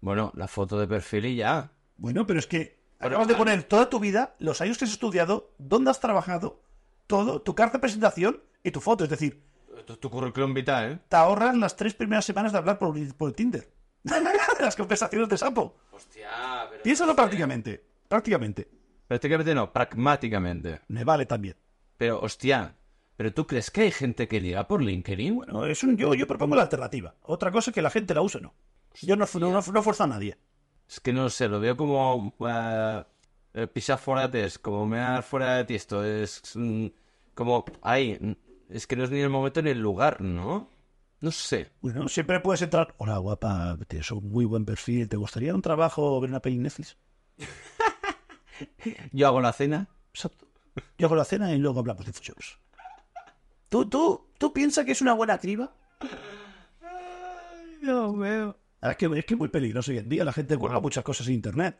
Bueno, la foto de perfil y ya.
Bueno, pero es que
Pero-
acabas de poner toda tu vida, los años que has estudiado, dónde has trabajado, todo, tu carta de presentación y tu foto. Es decir,
Tu, tu currículum vitae, ¿eh?
te ahorras las tres primeras semanas de hablar por, por Tinder. [laughs] las conversaciones de sapo.
Hostia, pero...
Piénsalo prácticamente. Prácticamente.
Prácticamente no, pragmáticamente.
Me vale también.
Pero, hostia, ¿pero tú crees que hay gente que liga por LinkedIn? Bueno,
No, es un, yo, yo propongo la alternativa. Otra cosa es que la gente la use, no. Yo no, no, no, no fuerzo a nadie.
es que no sé, lo veo como... eh, eh, pisar fuera de test, como mear fuera de tiesto. Es mm, como... Ahí, mm, es que no es ni el momento ni el lugar, ¿no? No sé.
Bueno, siempre puedes entrar. Hola, guapa, tienes un muy buen perfil. ¿Te gustaría un trabajo o ver una peli en Netflix?
Yo hago la cena.
Exacto. Yo hago la cena y luego hablamos de fuchos. ¿Tú, tú, ¿Tú piensas que es una buena criba?
No veo.
Ah, Es que es que es muy peligroso hoy en día. La gente cuelga muchas cosas en internet.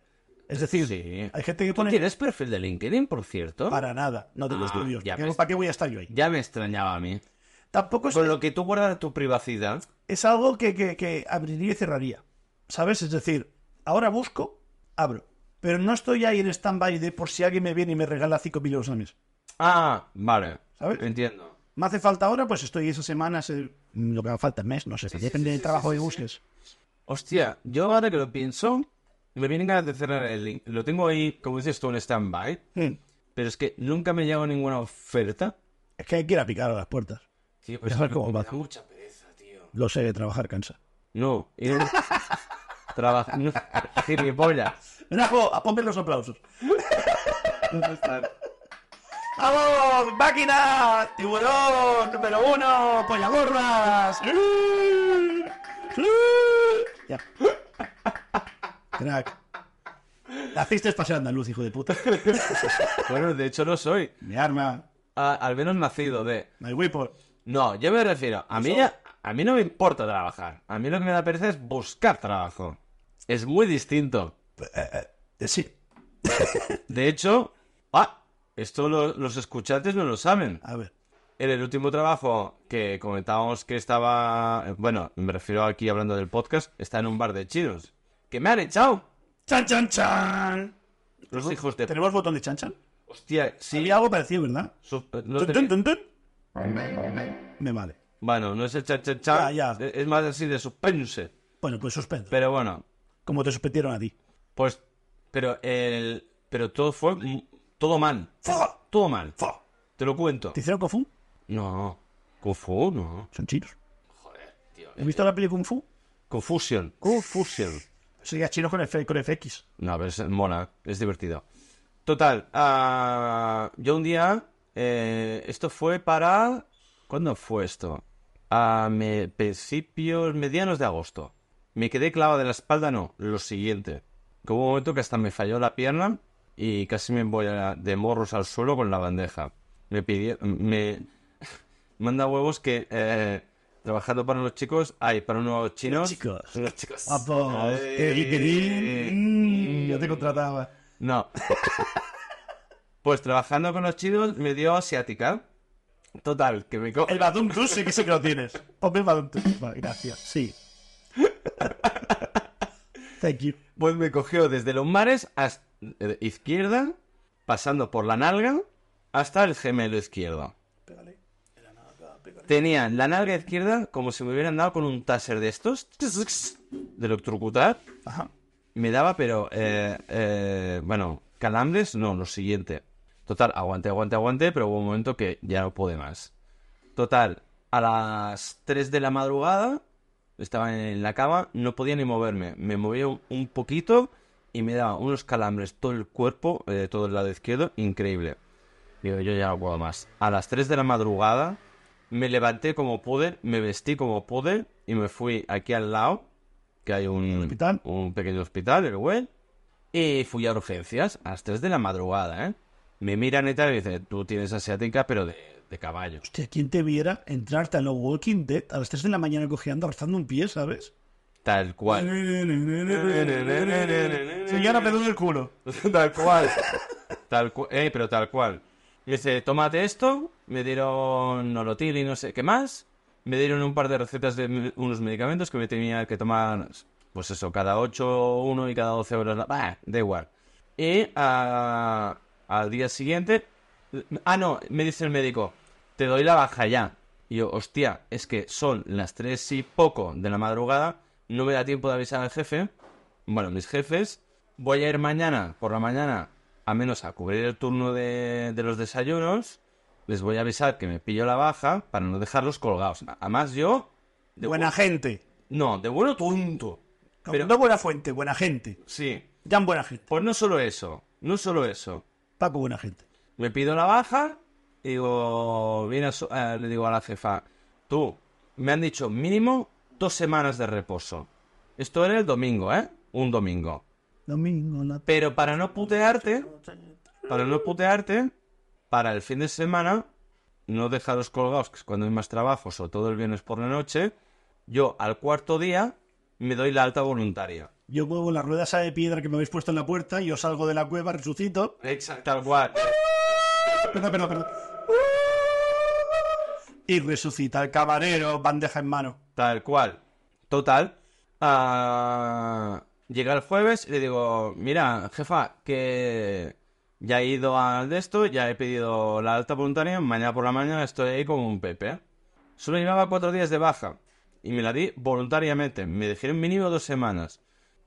Es decir,
Sí.
hay gente que
¿Tú
pone
tienes perfil de LinkedIn, por cierto?
para nada. No tengo
Ah,
estudios.
ya
¿Para qué-
ves.
¿Para qué voy a estar yo ahí?
Ya Pues me extrañaba a mí.
Tampoco es,
Con lo que tú guardas tu privacidad.
es algo que, que- que abriría y cerraría. ¿Sabes? Es decir, ahora busco, abro. Pero no estoy ahí en stand-by de por si alguien me viene y me regala 5.000 euros al mes.
Ah, vale.
¿Sabes?
Entiendo.
Me hace falta ahora, pues estoy esa semana, se- lo que me falta el mes, no sé, depende del trabajo que busques.
Hostia, yo ahora que lo pienso, me vienen ganas de cerrar el link. Lo tengo ahí, como dices tú, en stand-by.
Mm.
Pero es que nunca me llega ninguna oferta.
Es que hay que ir a picar a las puertas.
Tío,
pero Dejar es que como me da vacío.
pues, mucha pereza, tío.
Lo sé que trabajar cansa.
No, ir trabajar. [laughs] No, gilipollas.
Ven, Ajo, a ponme los aplausos. ¡Vamos! ¡Máquina! ¡Tiburón! ¡Número uno! ¡Polla gorras! ya. Crack. Naciste para ser andaluz, hijo de puta.
Bueno, de hecho no soy.
Mi arma.
A- al menos nacido de.
My whipper.
No, yo me refiero. A mí, ya- a mí no me importa trabajar. A mí lo que me da pereza es buscar trabajo. Es muy distinto.
Eh, Sí.
De hecho, ah, esto lo- los escuchantes no lo saben.
A ver.
En el último trabajo que comentábamos que estaba, bueno, me refiero aquí hablando del podcast, está en un bar de chinos. Que me han echado
¡Chan, chan, chan!
los hijos de...
¿Tenemos botón de chan, chan?
Hostia, sí.
Había algo parecido, ¿verdad?
su- no
Tun,
te-
tun, tun, tun. Me vale.
Bueno, no es el cha cha cha,
Ya, ya.
es es más así de suspense.
Bueno, pues suspendo.
Pero bueno,
Como te suspendieron a ti.
pues, pero el, pero todo fue, m- todo mal,
¡Fua!
todo mal.
¡Fua!
Te lo cuento.
¿Te hicieron Kung Fu?
No, Kung Fu, no.
Son chinos. Joder, tío. ¿Has visto la película Kung Fu?
Confusion, Confusion.
Sería chinos con, F- con FX.
No, pero es mola, es divertido. Total, ah, yo un día, eh, esto fue para... ¿Cuándo fue esto? A me- principios medianos de agosto. Me quedé clavado de la espalda, no, lo siguiente. Que hubo un momento que hasta me falló la pierna y casi me voy a- de morros al suelo con la bandeja. Me pidió, me [laughs] manda huevos que eh, trabajando para los chicos, hay para unos chinos.
chicos. Ah,
Los chicos.
Guapos.
Ay.
Qué bien, qué bien. Mm, Yo te contrataba.
No. pues trabajando con los chinos me dio asiática. Total, que me co-
El Badum Cruz sí que sé que lo tienes. Ponme el Badum Cruz. Vale, gracias. Sí. Thank you.
pues me cogió desde los mares hasta eh, izquierda, pasando por la nalga hasta el gemelo izquierdo. Tenían la nalga izquierda como si me hubieran dado con un taser de estos, de electrocutar.
Ajá.
Me daba, pero, eh, eh, bueno, calambres, no, lo siguiente. Total, aguante, aguante, aguante, pero hubo un momento que ya no pude más. Total, a las 3 de la madrugada estaba en la cama, no podía ni moverme. Me movía un, un poquito y me daba unos calambres todo el cuerpo, eh, todo el lado izquierdo, increíble. Digo, yo ya no puedo más. A las 3 de la madrugada me levanté como pude, me vestí como pude y me fui aquí al lado, que hay un,
hospital?
un pequeño hospital, el güey, y fui a urgencias a las 3 de la madrugada, ¿eh? Me miran y tal y dicen, tú tienes asiática, pero de, de caballo.
Hostia, ¿quién te viera entrarte a los Walking Dead a las 3 de la mañana cojeando, abrazando un pie, ¿sabes?
Tal
[laughs]
cual.
Señora, me duele el culo.
tal cual. Tal cual. Eh, pero tal cual. Y dice, tómate esto. Me dieron Nolotil y no sé qué más. Me dieron un par de recetas de me- unos medicamentos que me tenía que tomar, pues eso, cada 8, uno y cada 12 horas. Bah, da igual. Y ah, al día siguiente. Ah, no, me dice el médico, te doy la baja ya. Y yo, hostia, es que son las 3 y poco de la madrugada, no me da tiempo de avisar al jefe. Bueno, mis jefes, voy a ir mañana, por la mañana, a menos a cubrir el turno de, de los desayunos. Les voy a avisar que me pillo la baja para no dejarlos colgados. Además, yo. De
Buena
bu-
gente.
No, de bueno tonto. Pero-
No buena fuente, buena gente.
Sí.
Jan, buena gente.
Pues no solo eso. No solo eso.
Paco, buena gente.
Me pido la baja y digo, viene a su- eh, le digo a la jefa, tú, me han dicho mínimo dos semanas de reposo. Esto era el domingo, ¿eh? Un domingo.
Domingo, la
Pero para no putearte, para no putearte, para el fin de semana, no dejaros colgados, que es cuando hay más trabajo, sobre todo el viernes por la noche, yo al cuarto día me doy la alta voluntaria.
Yo muevo la rueda esa de piedra que me habéis puesto en la puerta, yo salgo de la cueva, resucito.
Exacto. Tal cual.
Perdón, perdón, perdón. Y resucita el camarero, bandeja en mano.
Tal cual. Total. ah, llega el jueves y le digo, mira, jefa, que Ya he ido al de esto, ya he pedido la alta voluntaria, mañana por la mañana estoy ahí como un pepe. ¿eh? Solo llevaba cuatro días de baja y me la di voluntariamente. Me dijeron mínimo dos semanas.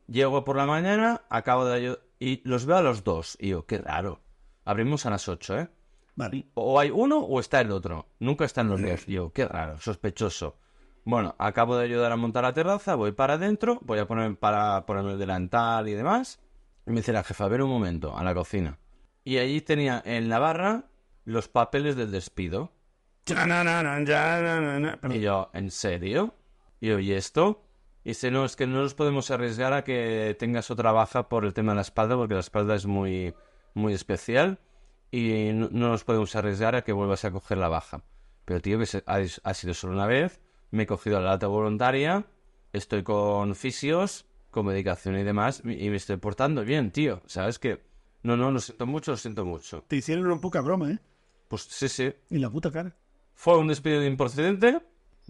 Llego por la mañana, acabo de ayudar y los veo a los dos. Y yo, qué raro. Abrimos a las ocho, ¿eh?
Vale.
O hay uno o está el otro. Nunca están los dos. Yo, qué raro, sospechoso. Bueno, acabo de ayudar a montar la terraza, voy para adentro, voy a poner para ponerme el delantal y demás. Y me dice la jefa, a ver un momento, a la cocina. Y allí tenía en la barra los papeles del despido.
Chananana, chananana.
Y
Perdón.
yo, ¿en serio? Y yo, ¿y esto? Y dice, no, es que no nos podemos arriesgar a que tengas otra baja por el tema de la espalda, porque la espalda es muy, muy especial y no, no nos podemos arriesgar a que vuelvas a coger la baja. Pero tío, que se- ha, ha sido solo una vez, me he cogido la alta voluntaria, estoy con fisios, con medicación y demás, y y me estoy portando bien, tío. ¿Sabes que No, no, lo siento mucho, lo siento mucho.
Te hicieron una poca broma, ¿eh?
Pues sí, sí,
Y la puta cara.
fue un despido improcedente,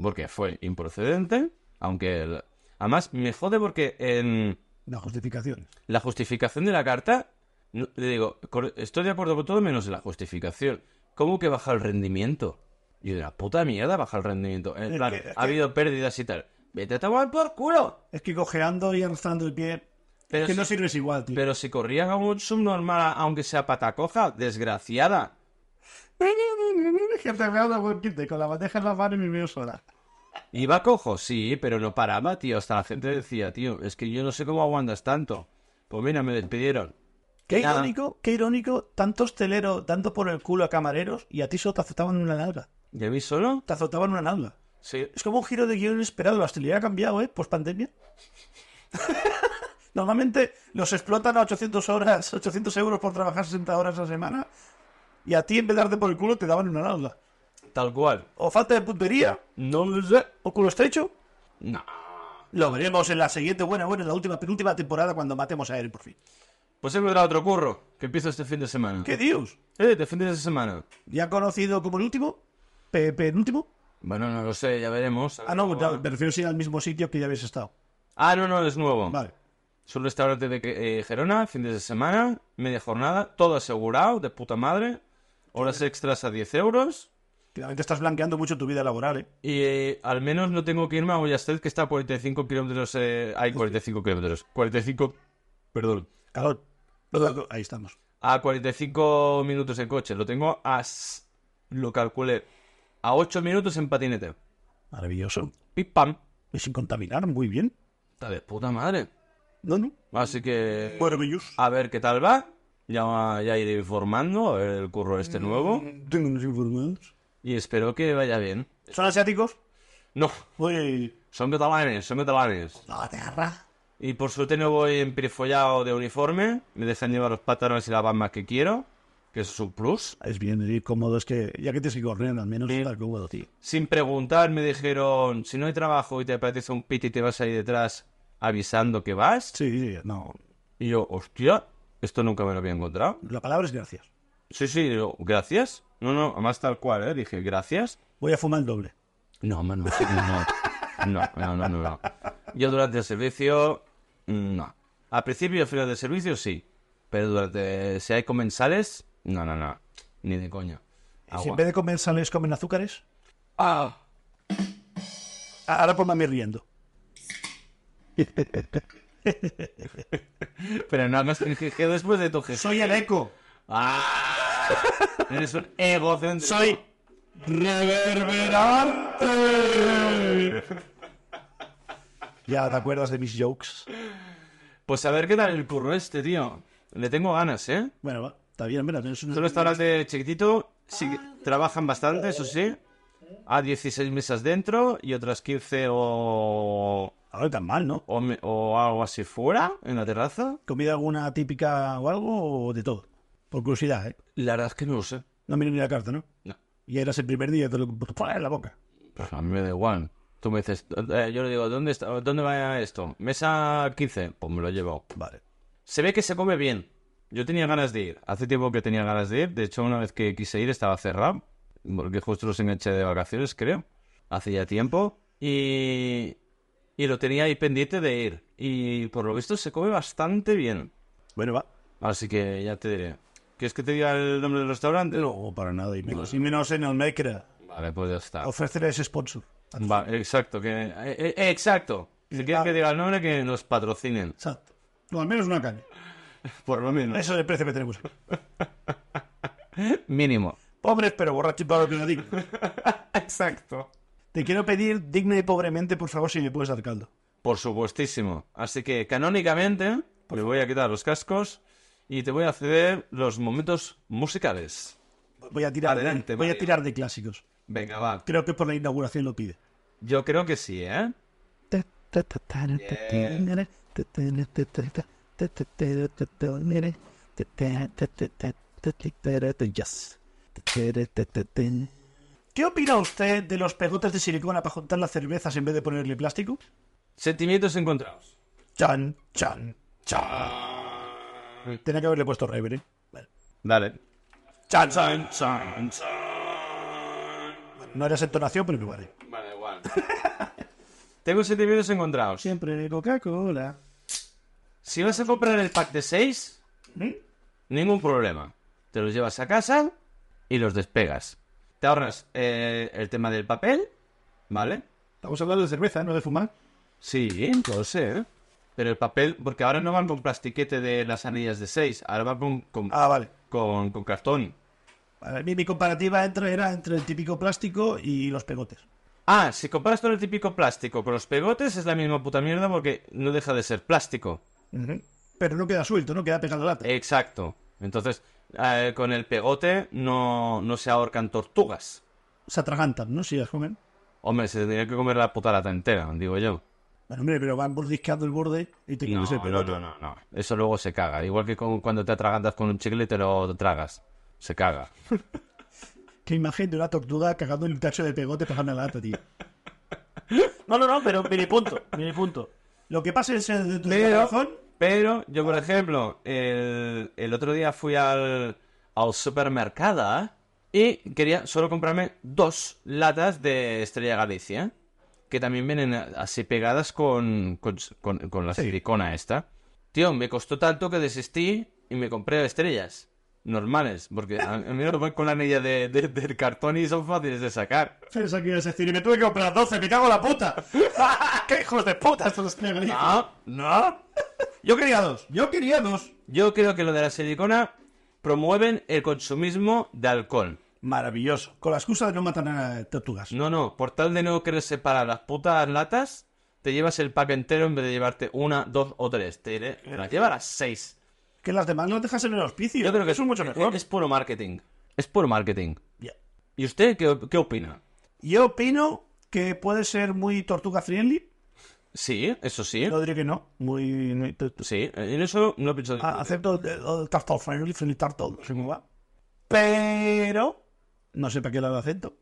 porque fue improcedente, aunque... el- Además, me jode porque en
La justificación.
la justificación de la carta, no- le digo, "Cor- estoy de acuerdo con todo menos la justificación. ¿Cómo que baja el rendimiento? Y yo, la puta mierda baja el rendimiento. En
Es
plan,
que- es que-
ha habido pérdidas y tal. ¡Vete a tomar por culo!
Es que cojeando y arrastrando el pie.
Pero
es que
si-
no sirves igual, [laughs] tío.
Pero si corría como un subnormal, aunque sea patacoja, desgraciada.
Que te veo de buen quite, con la bandeja en la mano y mi medio sola.
Iba cojo, sí, pero no paraba, tío. Hasta la gente decía, tío, es que yo no sé cómo aguantas tanto. Pues mira, me despidieron.
Qué
Nada.
irónico, qué irónico, tanto hostelero dando por el culo a camareros y a ti solo te azotaban una nalga.
¿Y a mí solo?
Te azotaban una nalga.
Sí.
Es como un giro de guión inesperado. La hostilidad ha cambiado, ¿eh? Post pandemia. [laughs] Normalmente los explotan a 800 horas, 800 euros por trabajar 60 horas a la semana. Y a ti, en vez de darte por el culo, te daban una nalga.
Tal cual.
O falta de puntería,
No lo sé.
o culo estrecho.
No.
Lo veremos en la siguiente, bueno, bueno, en la última, penúltima temporada cuando matemos a él, por fin.
Pues he encontrado otro curro que empiezo este fin de semana.
¿Qué dios?
Eh, te fin de semana.
¿Ya conocido como el último? ¿Pe- ¿Penúltimo?
Bueno, no lo sé, ya veremos.
Ah, no, no, me refiero sí al mismo sitio que ya habéis estado.
Ah, no, no, es nuevo.
Vale.
Es un restaurante de eh, Gerona, fin de semana, media jornada, todo asegurado, de puta madre. Horas extras a 10 euros.
Claramente estás blanqueando mucho tu vida laboral, ¿eh?
Y eh, al menos no tengo que irme a Boyastel, que está a 45 kilómetros. Eh, hay 45 kilómetros. 45. Perdón.
Calor. Ahí estamos.
A 45 minutos en coche. Lo tengo a. s- Lo calculé. A 8 minutos en patinete.
Maravilloso.
Pip pam.
Y sin contaminar, muy bien.
Está de puta madre.
No, no.
Así que.
Maravilloso.
A ver qué tal va. Ya, ya iré informando a ver el curro este nuevo.
Tengo unos informados.
Y espero que vaya bien.
¿Son asiáticos?
No,
Voy.
son catalanes, son catalanes.
La tierra.
Y por suerte no voy empirifollado de uniforme. Me dejan llevar los pantalones y las bambas que quiero. Que eso es un plus.
Es bien ir cómodo, es que ya que te sigo corriendo, al menos está cómodo, tío.
Sin preguntar me dijeron, si no hay trabajo y te apetece un piti y te vas ahí detrás avisando que vas.
Sí, sí, no.
Y yo, hostia, esto nunca me lo había encontrado.
La palabra es gracias.
Sí, sí, yo, gracias. No, no, además tal cual, ¿eh? Dije, gracias.
Voy a fumar el doble.
No, hombre, no, no, no, no, no, no. Yo durante el servicio, mm, no. Al principio y al final del servicio, sí. Pero durante, si hay comensales, no, no, no. Ni de coña.
Y Si en
Agua.
vez de comer sales, comen azúcares.
Ah,
a- Ahora ponme a mí riendo.
pero no hagas el jeje después de tu
[laughs]
jeje.
Soy el eco.
Ah, eres un egocéntrico.
Soy reverberante. Ya te acuerdas de mis jokes.
Pues a ver qué tal el curro este, tío. Le tengo ganas, ¿eh?
Bueno, va, está bien, mira, es una-
Es un restaurante chiquitito, sí, que trabajan bastante, eso sí. A 16 mesas dentro y otras 15 o,
Ahora tan mal, ¿no?
o, me- o algo así fuera, en la terraza.
¿Comida alguna típica o algo o de todo? Por curiosidad, ¿eh?
La verdad es que no lo sé.
No miré ni la carta, ¿no?
No.
Y eras el primer día, te lo ¡Pua! en la boca.
Pues a mí me da igual. Tú me dices, eh, yo le digo, ¿dónde, está, ¿dónde va esto? Mesa 15, pues me lo llevo.
Vale.
Se ve que se come bien. Yo tenía ganas de ir. Hace tiempo que tenía ganas de ir. De hecho, una vez que quise ir estaba cerrado. Porque justo los enganché de vacaciones, creo. Hace ya tiempo. Y... Y lo tenía ahí pendiente de ir. Y por lo visto se come bastante bien.
Bueno, va.
Así que ya te diré. ¿Quieres que te diga el nombre del restaurante?
No, para nada. Y menos, y menos en el Mecra.
Vale, pues ya está.
Ofrecerles sponsor.
Va, exacto, que... eh, eh, eh, exacto. Si quieres que diga el nombre, que nos patrocinen. [laughs]
Exacto. No, al menos una caña.
Por lo menos.
Eso es el precio que tenemos.
Mínimo.
Pobres, pero borrachos para lo que lo digo.
[laughs] Exacto.
Te quiero pedir digna y pobremente, por favor, si me puedes dar caldo.
Por supuestísimo. Así que canónicamente me voy a quitar los cascos y te voy a ceder los momentos musicales.
Voy a tirar,
Adelante,
voy a
Mario.
tirar de clásicos.
Venga, va.
Creo que por la inauguración lo pide.
Yo creo que sí, ¿eh?
Yes.
¿Qué opina usted de los pegotes de silicona para juntar las cervezas en vez de ponerle plástico?
Sentimientos encontrados.
Chan, chan, chan. Tenía que haberle puesto rever, ¿eh? Vale.
Dale.
Chan, chan, chan, chan. Bueno, No era esa entonación, pero me vale.
Vale, igual. [laughs] Tengo sentimientos encontrados.
Siempre Coca-Cola.
Si vas a comprar el pack de 6, ningún problema. Te los llevas a casa y los despegas. Te ahorras eh, el tema del papel, ¿vale?
Estamos hablando de cerveza, no de fumar.
Sí, lo sé. ¿eh? Pero el papel, porque ahora no van con plastiquete de las anillas de 6, ahora van con, con,
Ah, vale.
con, con cartón.
Vale, mi, mi comparativa entre, era entre el típico plástico y los pegotes.
Ah, si comparas todo el típico plástico con los pegotes, es la misma puta mierda porque no deja de ser plástico.
Pero no queda suelto, no queda pegado a lata.
Eh. Exacto. Entonces, eh, con el pegote no, no se ahorcan tortugas.
Se atragantan, ¿no? Si las comen.
Hombre, se tendría que comer la puta lata entera, digo yo.
Bueno, hombre, pero van mordisqueando el borde y te
No,
comes el
no,
pegote.
no, no, no. Eso luego se caga. Igual que con- cuando te atragantas con un chicle y te lo tragas. Se caga.
Que imagen de una tortuga cagando en un tacho de pegote para una lata, tío. [laughs] No, no, no, pero mini punto, mini punto. Lo que pasa es eh, de tu
Pero,
corazón.
pero yo, por ejemplo, el, el otro día fui al, al supermercado ¿eh? y quería solo comprarme dos latas de Estrella Galicia, que también vienen así pegadas con, con, con- con la
Sí.
silicona esta. Tío, me costó tanto que desistí y me compré estrellas normales, porque a, a mí me voy con la anilla de, de- del cartón y son fáciles de sacar.
Pensaba que ibas a decir, y me tuve que comprar 12, me cago en la puta. [laughs] ¡Qué hijos de puta estos los negros!
No, no.
Yo quería dos, yo quería dos.
Yo creo que lo de la silicona promueven el consumismo de alcohol.
Maravilloso. Con la excusa de no matar a tortugas.
No, no, por tal de no querer separar las putas latas, te llevas el pack entero en vez de llevarte una, dos o tres. Te diré, te las llevarás seis.
Que las demás las dejas en el hospicio.
Yo creo que eh,
Eso es mucho mejor.
Es, puro marketing. Es puro marketing.
Ya.
¿Y usted qué, qué opina?
Yo opino que puede ser muy tortuga friendly.
Sí, eso sí.
No diré que no. Muy. muy-
Sí, en eso no pienso.
Ah, acepto el, el Turtle friendly, friendly turtle, no sé cómo va. Pero. No sé para qué lado acepto.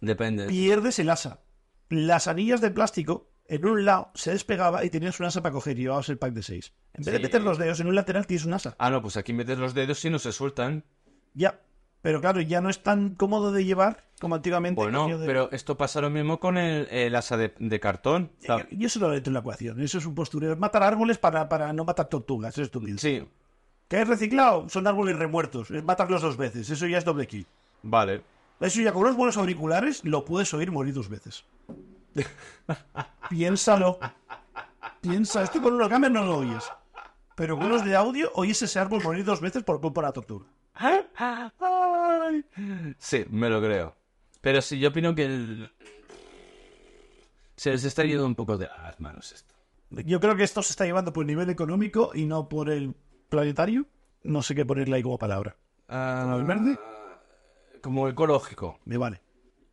Depende.
Pierdes el asa. Las anillas de plástico en un lado se despegaba y tenías un asa para coger y llevabas el pack de 6. En vez de
Sí.
meter los dedos en un lateral, tienes un asa.
Ah, no, pues aquí metes los dedos y no se sueltan.
Ya. Pero claro, ya no es tan cómodo de llevar como antiguamente.
Bueno,
coño, de-
pero esto pasa lo mismo con el, el asa de, de cartón.
Yo, yo Eh, eso no lo meto en la ecuación. Eso es un postureo. Matar árboles para, para no matar tortugas. Eso es estúpido.
Sí,
¿Qué es reciclado? Son árboles remuertos. Es matarlos dos veces. Eso ya es doble kill.
vale.
Eso ya con unos buenos auriculares lo puedes oír morir dos veces. Piénsalo. Piensa, esto con unos gamers no lo oyes. Pero con unos de audio oyes ese árbol morir dos veces por culpa de la tortura.
Ay. Sí, me lo creo. Pero sí, yo opino que el... se les está yendo un poco de las manos esto.
Yo creo que esto se está llevando por el nivel económico y no por el planetario. No sé qué ponerle ahí como palabra.
Ah,
¿El verde?
como ecológico.
Me vale.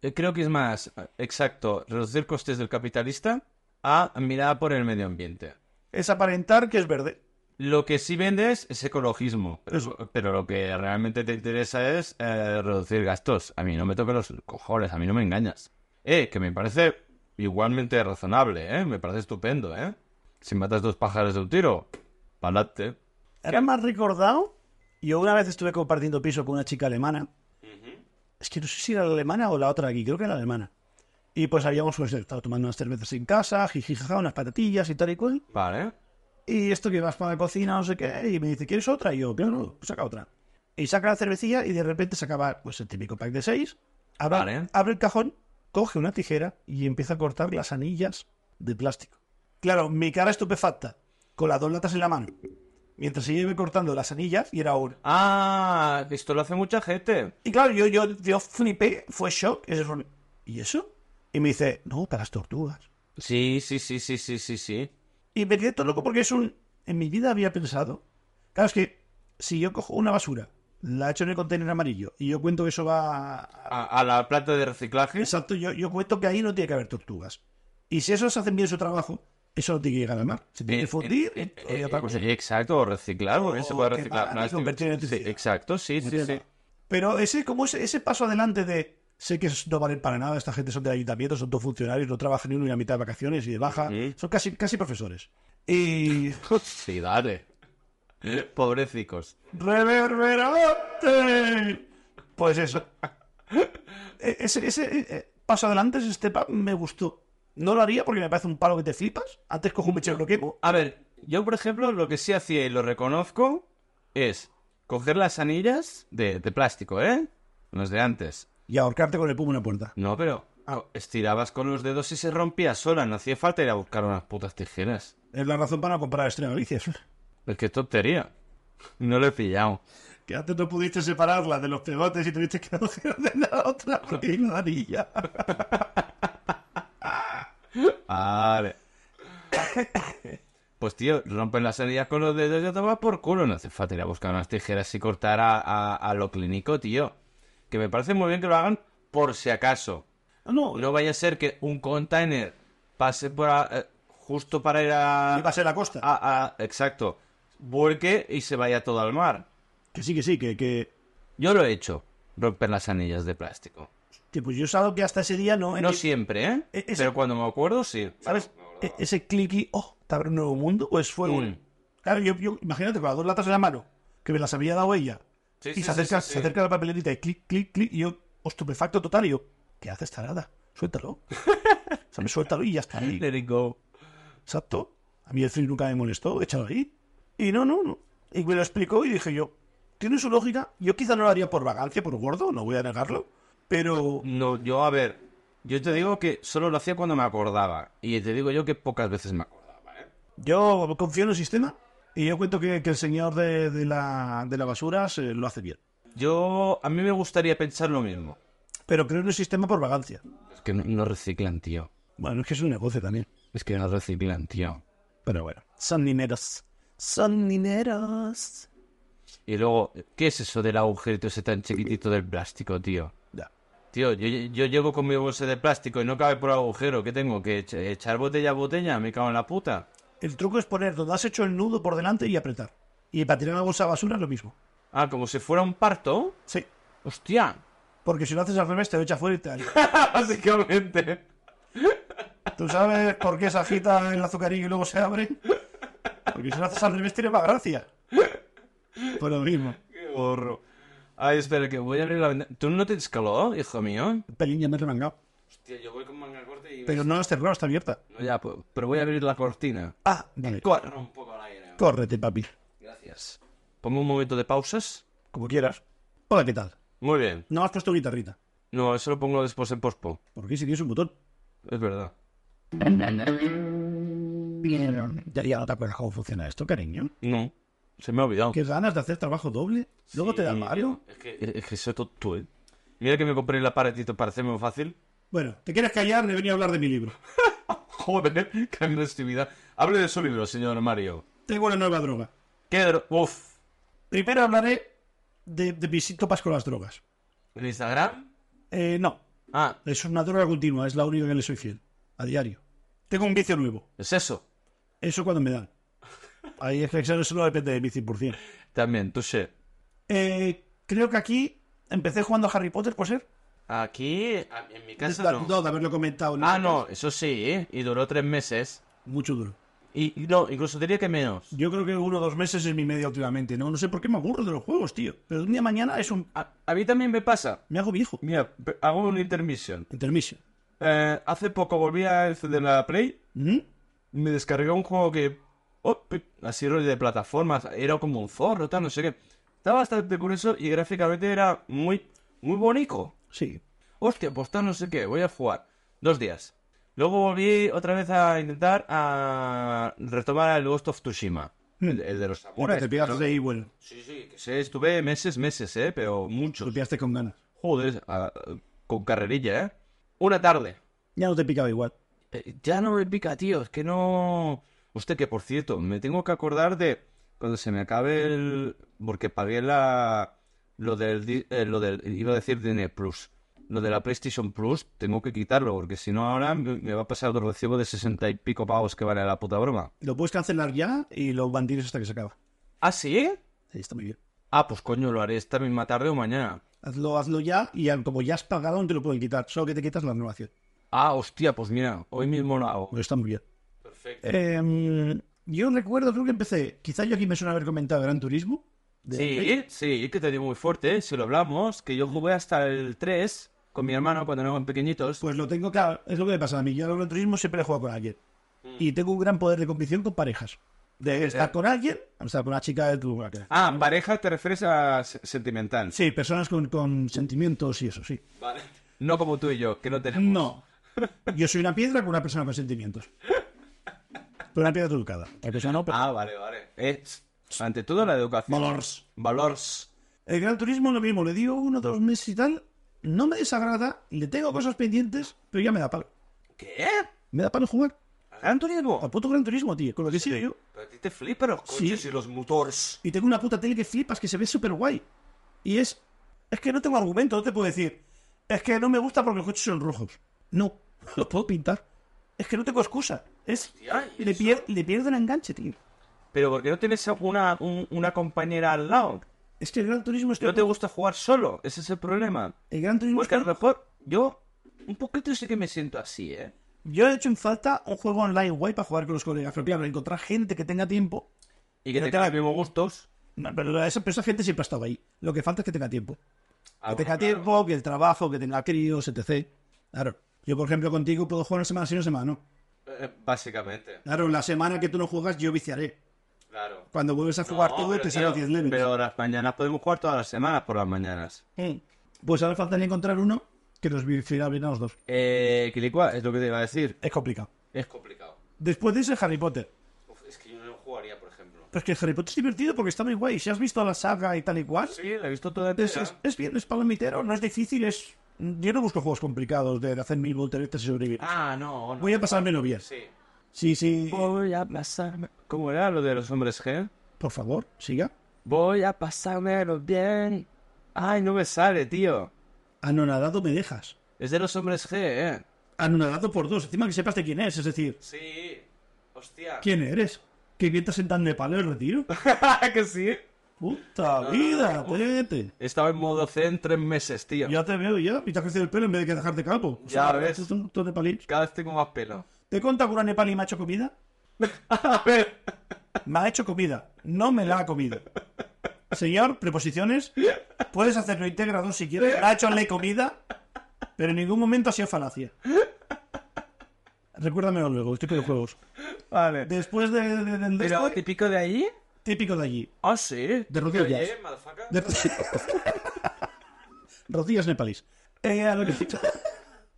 Eh, Creo que es más ah, exacto reducir costes del capitalista a mirada por el medio ambiente.
Es aparentar que es verde.
Lo que sí vendes es ecologismo,
Eso.
pero lo que realmente te interesa es eh, reducir gastos. A mí no me toques los cojones, a mí no me engañas. Eh, que me parece igualmente razonable, ¿eh? Me parece estupendo, ¿eh? Si matas dos pájaros de un tiro, pa'lante.
Ahora me has recordado, yo una vez estuve compartiendo piso con una chica alemana. Es que no sé si era la alemana o la otra de aquí, creo que era la alemana. Y pues habíamos pues, estado tomando unas cervezas en casa, jijijaja, unas patatillas y tal y cual.
Vale.
Y esto que vas para la cocina, no sé qué, y me dice, ¿quieres otra? Y yo, claro, saca otra. y saca la cervecilla y de repente se acaba pues, el típico pack de 6. Abre,
Vale.
abre el cajón, coge una tijera y empieza a cortar las anillas de plástico. Claro, mi cara estupefacta, con las dos latas en la mano. Mientras se lleve cortando las anillas y era una.
Ah, esto lo hace mucha gente.
Y claro, yo, yo, yo flipé, fue shock. Y, se fue, ¿Y eso? Y me dice, no, para las tortugas.
Sí, sí, sí, sí, sí, sí, sí.
Y me quedé todo loco porque es un. En mi vida había pensado. Claro, es que si yo cojo una basura, la echo en el contenedor amarillo y yo cuento que eso va. a-
A, a la planta de reciclaje.
Exacto, yo, yo cuento que ahí no tiene que haber tortugas. Y si esos hacen bien su trabajo, eso no tiene que llegar al mar. Se tiene
Eh,
que fundir
eh,
o hay
eh,
otra cosa.
eh, Exacto, o reciclar, porque se
O
puede
que
reciclar.
van a
estoy-
convertir en
sí,
electricidad.
exacto, sí, sí, sí.
Pero ese, como ese, ese paso adelante de. Sé que esos no valen para nada, esta gente son del ayuntamiento, son dos funcionarios, no trabajan ni una ni la mitad de vacaciones y de baja.
Ujú.
Son casi, casi profesores. Y.
Sí, dale. Pobrecicos.
¡Reverberante! Pues eso. E- Ese, ese, eh, eh, paso adelante, ese step up, me gustó. No lo haría porque me parece un palo que te flipas. Antes cojo un mechero y lo quemo.
A ver, yo por ejemplo lo que sí hacía y lo reconozco es coger las anillas de, de plástico, ¿eh? Los de antes.
Y ahorcarte con el pumo en una puerta.
No, pero ah, estirabas con los dedos y se rompía sola. No hacía falta ir a buscar unas putas tijeras.
Es la razón para no comprar estrenalicias.
Es que tontería. No lo he pillado.
Que antes no pudiste separarla de los pegotes y tuviste que [laughs] coger de la otra porque hay una anilla.
Vale. [laughs] Pues tío, rompen las anillas con los dedos y ya te vas por culo. No hace falta ir a buscar unas tijeras y cortar a, a- a lo clínico, tío. Que me parece muy bien que lo hagan por si acaso.
No,
No vaya a ser que un container pase por a- eh, justo para ir a,
iba a ser la costa.
a- a- Exacto. Vuelque y se vaya todo al mar.
Que sí, que sí, que, que...
Yo lo he hecho. Romper las anillas de plástico.
que pues yo he usado que hasta ese día no...
No siempre, ¿eh?
E- ese-
Pero cuando me acuerdo, sí.
¿Sabes? E- ese clicky, oh, te abre un nuevo mundo, pues fue un...
Mm.
Claro, yo, yo- imagínate con las dos latas en la mano, que me las había dado ella.
Sí,
y
sí,
se, acerca,
sí, sí,
se
sí.
acerca la papelerita y clic, clic, clic, y yo, estupefacto total, y yo, ¿qué haces tarada?
[laughs]
Suéltalo. o sea, me suéltalo y ya está ahí.
Let it go.
Exacto. A mí el film nunca me molestó, échalo ahí. Y no, no, no. Y me lo explicó y dije yo, tiene su lógica. Yo quizá no lo haría por vagancia, por gordo, no voy a negarlo. Pero
No, yo, a ver, yo te digo que solo lo hacía cuando me acordaba. Y te digo yo que pocas veces me acordaba.
yo confío en el sistema y yo cuento que, que el señor de, de la, de la basura se lo hace bien.
Yo, a mí me gustaría pensar lo mismo.
Pero creo en el sistema por vagancia.
Es que no, no reciclan, tío.
Bueno, es que es un negocio también.
Es que no reciclan, tío.
Pero bueno, son dineros. Son dineros.
Y luego, ¿qué es eso del agujerito ese tan chiquitito del plástico, tío?
Ya.
Tío, yo, yo llevo con mi bolsa de plástico y no cabe por agujero. ¿Qué tengo? ¿Que echa- echar botella a botella? Me cago en la puta.
El truco es poner donde has hecho el nudo por delante y apretar. Y para tirar la bolsa de basura es lo mismo.
Ah, como si fuera un parto.
Sí.
Hostia. [laughs]
Porque si lo haces al revés te lo echa fuera y te da lío.
Básicamente.
¿Tú sabes por qué se agita el azucarillo y luego se abre? Porque si lo haces al revés tiene más gracia. Por lo mismo.
Qué horror. Ay, espera, que voy a abrir la ventana. ¿Tú no tienes calor, hijo mío?
Un pelín ya me he remangado.
Hostia, yo voy con manga corta y...
Pero no la has cerrado, está abierta.
No, ya, pues, pero voy a abrir la cortina.
Ah, vale.
Corro un poco al aire.
Córrete, papi.
Gracias. Pongo un momento de pausas.
Como quieras. Hola, ¿qué tal?
Muy bien.
No has puesto guitarrita.
No, eso lo pongo después en pospo.
Porque si tienes un botón.
Es verdad.
Ya, ya no te acuerdas cómo funciona esto, cariño.
No, se me ha olvidado.
Qué ganas de hacer trabajo doble. Luego te da
Sí,
Mario.
Es que, es que soy tonto, ¿eh? Mira que me compré el aparatito para hacerme fácil. [laughs]
Bueno, ¿te quieres callar? Le venía a hablar de mi libro.
Joder, cambio de actividad. Hable de su libro, señor Mario.
Tengo una nueva droga.
Qué... dro- Uf.
Primero hablaré de, de mis síntomas con las drogas.
¿En Instagram?
Eh, no,
Ah,
eso es una droga continua, es la única que le soy fiel. A diario. Tengo un vicio nuevo.
es eso.
Eso cuando me dan. Ahí es que eso no depende de mi 100%.
También, tú sé.
Eh, creo que aquí empecé jugando a Harry Potter, ¿por ser?
Aquí, a- Ah, en mi casa
Desde-
no.
no, de haberlo comentado.
Ah, no, eso sí, ¿eh? Y duró tres meses.
Mucho duro.
Y y no, incluso diría que menos.
Yo creo que uno o dos meses es mi media últimamente. No, no sé por qué me aburro de los juegos, tío. Pero de un día a mañana es un...
A, a mí también me pasa.
Me hago viejo.
Mira, pe- hago una intermisión.
Intermission.
Eh, hace poco volví a encender la Play
¿Mm?
me descargué un juego que. oh, pe- así rollo de plataformas. Era como un zorro, tal, no sé qué. Está bastante curioso y gráficamente era muy, muy bonito.
Sí.
Hostia, pues tal no sé qué, voy a jugar. Dos días. Luego volví otra vez a intentar a retomar el Ghost of Tsushima. El, el de los
Hmm. Bueno,
samuráis.
te pillaste de Evil.
Sí, sí, que sé, estuve meses, meses, eh, pero
Te
muchos.
pillaste con ganas.
Joder, a- con carrerilla, eh. Una tarde.
Ya no te picaba igual.
Eh, Ya no me pica, tío, es que no... Usted, que por cierto, me tengo que acordar de cuando se me acabe el... Porque pagué la... Lo del... di- eh, lo del... Iba a decir Disney Plus. Lo de la PlayStation Plus, tengo que quitarlo, porque si no ahora me me va a pasar otro recibo de 60 y pico pavos que vale la puta broma.
Lo puedes cancelar ya y lo mantienes hasta que se acaba.
¿Ah, sí?
Ahí está muy bien.
Ah, pues coño, lo haré esta misma tarde o mañana.
Hazlo, hazlo ya y ya- como ya has pagado no te lo pueden quitar. Solo que te quitas la renovación.
Ah, hostia, pues mira, hoy mismo lo hago.
Pues está muy bien.
Perfecto.
Eh, yo recuerdo, creo que empecé. Quizá yo aquí me suena haber comentado Gran Turismo.
Sí,
de-
sí, que te dio muy fuerte, ¿eh? si lo hablamos, que yo jugué hasta el 3 con mi hermano cuando éramos pequeñitos.
Pues lo tengo claro. Es lo que me pasa a mí. Yo al Gran Turismo siempre he jugado con alguien.
Mm.
Y tengo un gran poder de convicción con parejas. De estar con alguien, o sea, con una chica de tu.
Ah, pareja te refieres a se- sentimental.
Sí, personas con, con sentimientos y eso, sí.
Vale. No como tú y yo, que no tenemos.
No. Yo soy una piedra con una persona con sentimientos. Pero una piedra educada. La persona no, pero-
Ah, vale, vale. Eh, ante todo la educación.
Valors.
Valors.
El Gran Turismo lo mismo, le digo uno, dos meses y tal. No me desagrada, le tengo cosas pendientes, pero ya me da palo.
¿Qué?
Me da palo jugar.
¿Gran turismo?
A puto Gran Turismo, tío, con lo que he sido yo.
Pero a ti te flipan los coches y los motores.
Y tengo una puta tele que flipas, que se ve súper guay. Y es. Es que no tengo argumento, no te puedo decir. Es que no me gusta porque los coches son rojos. No, [laughs] los puedo pintar. Es que no tengo excusa. Es.
Hostia, ¿y
le,
eso?
pier- le pierdo el enganche, tío.
Pero porque no tienes alguna un- una compañera al lado.
Es que el Gran Turismo es.
No te Pues, gusta jugar solo, ese es el problema.
El Gran Turismo es
Porque a lo mejor yo un poquito sí que me siento así, ¿eh?
Yo he hecho en falta un juego online guay para jugar con los colegas. Pero claro, encontrar gente que tenga tiempo.
Y que
No
te
te
tenga los mismos gustos.
no, Pero esa, pero esa gente siempre ha estado ahí. Lo que falta es que tenga tiempo.
Ah,
que tenga
bueno,
tiempo, que el trabajo, que tenga críos, etc. Claro. Yo, por ejemplo, contigo puedo jugar una semana sí, una semana no.
eh, Básicamente,
Claro, la semana que tú no juegas, yo viciaré.
claro.
Cuando vuelves a jugar
No,
todo,
pero,
te
tío,
saco 10 levels.
Pero las mañanas podemos jugar todas las semanas por las mañanas.
Mm. Pues ahora falta encontrar uno que nos viciará bien a los dos.
Eh, Kilikua, es lo que te iba a decir.
Es complicado.
Es complicado.
Después de ese Harry Potter.
es que yo no jugaría, por ejemplo.
Pues que Harry Potter es divertido porque está muy guay. Si has visto la saga y tal y cual,
Sí, la he visto toda
es,
entera.
es- es bien, es palomitero, no es difícil, es... Yo no busco juegos complicados de hacer mil volteretas y sobrevivir.
Ah, no, no.
Voy a pasármelo bien.
Sí.
Sí, sí.
Voy a pasarme. ¿Cómo era lo de los hombres G?
Por favor, siga.
Voy a pasármelo bien. Ay, no me sale, tío.
Anonadado me dejas.
Es de los hombres G, ¿eh?
Anonadado por dos. Encima que sepas de quién es, es decir,
Sí. Hostia.
¿quién eres? ¿Que vienes en tan de palo el retiro?
[laughs] que sí. [laughs]
¡Puta vida! ¡Tete!
Estaba en modo C en tres meses, tío.
Ya te veo, ya. Y te ha crecido el pelo en vez de que dejarte calvo.
Ya ves.
esto es un montón de palillos.
Cada vez tengo más pelo.
¿Te he contado que una nepali me ha hecho comida?
A ver.
Me ha hecho comida. No me la ha comido. Señor, preposiciones. Puedes hacerlo integrado si quieres. Me ha hecho la comida, pero en ningún momento ha sido falacia. Recuérdamelo luego, estoy con los juegos.
[laughs] Vale.
Después de, de- de- del
¿Pero
Discord,
típico de allí?
típico de allí.
Ah, sí. eh,
De rodillas. De [laughs] rodillas nepalís. Eh, a lo que he dicho.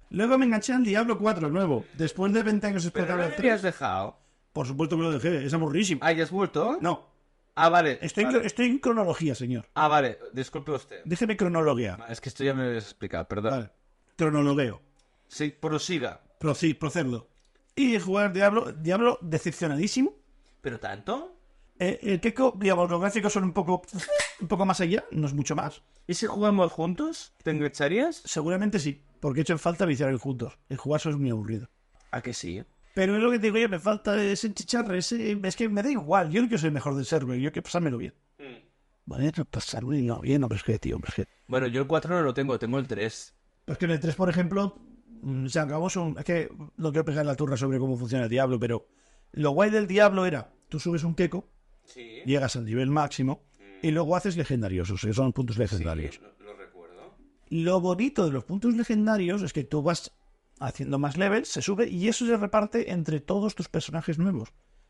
Luego me enganché al Diablo 4 nuevo. Después de 20 años
¿Pero
esperando
no
al
me
3.
habías dejado?
Por supuesto que lo dejé, es aburrísimo.
¿Ah, ya has vuelto?
No,
Ah, vale.
estoy, en-
Vale.
estoy en cronología, señor.
Ah, vale. Disculpe usted.
Déjeme cronología.
Es que esto ya me lo habías explicado, perdón.
Vale. Cronologueo.
Sí, prosiga.
Proci- Procedlo. Y jugar Diablo, Diablo decepcionadísimo.
¿Pero tanto?
Eh, el Keiko, digamos, los gráficos son un poco, un poco más allá, no es mucho más.
¿Y si jugamos juntos? ¿Te engancharías?
Seguramente sí, porque he hecho en falta viciar el juntos. El jugar solo es muy aburrido.
¿A que sí?
Pero es lo que te digo yo, me falta ese chicharre, ese... es que me da igual, yo no quiero ser el mejor del server, yo quiero pasármelo bien. Vale, no pasármelo bien, hombre, es que, tío, hombre, es que...
Bueno, yo el 4 no lo tengo, tengo el 3.
Pues que en el 3, por ejemplo, mm, se acabó su... Es que no quiero pegar la turra sobre cómo funciona el Diablo, pero lo guay del Diablo era, tú subes un queco,
Sí.
llegas al nivel máximo y luego haces legendarios, o sea, son puntos legendarios.
Mm. lo recuerdo.
Lo bonito de los puntos legendarios es que tú vas haciendo más levels, se sube y eso se reparte entre todos tus personajes nuevos.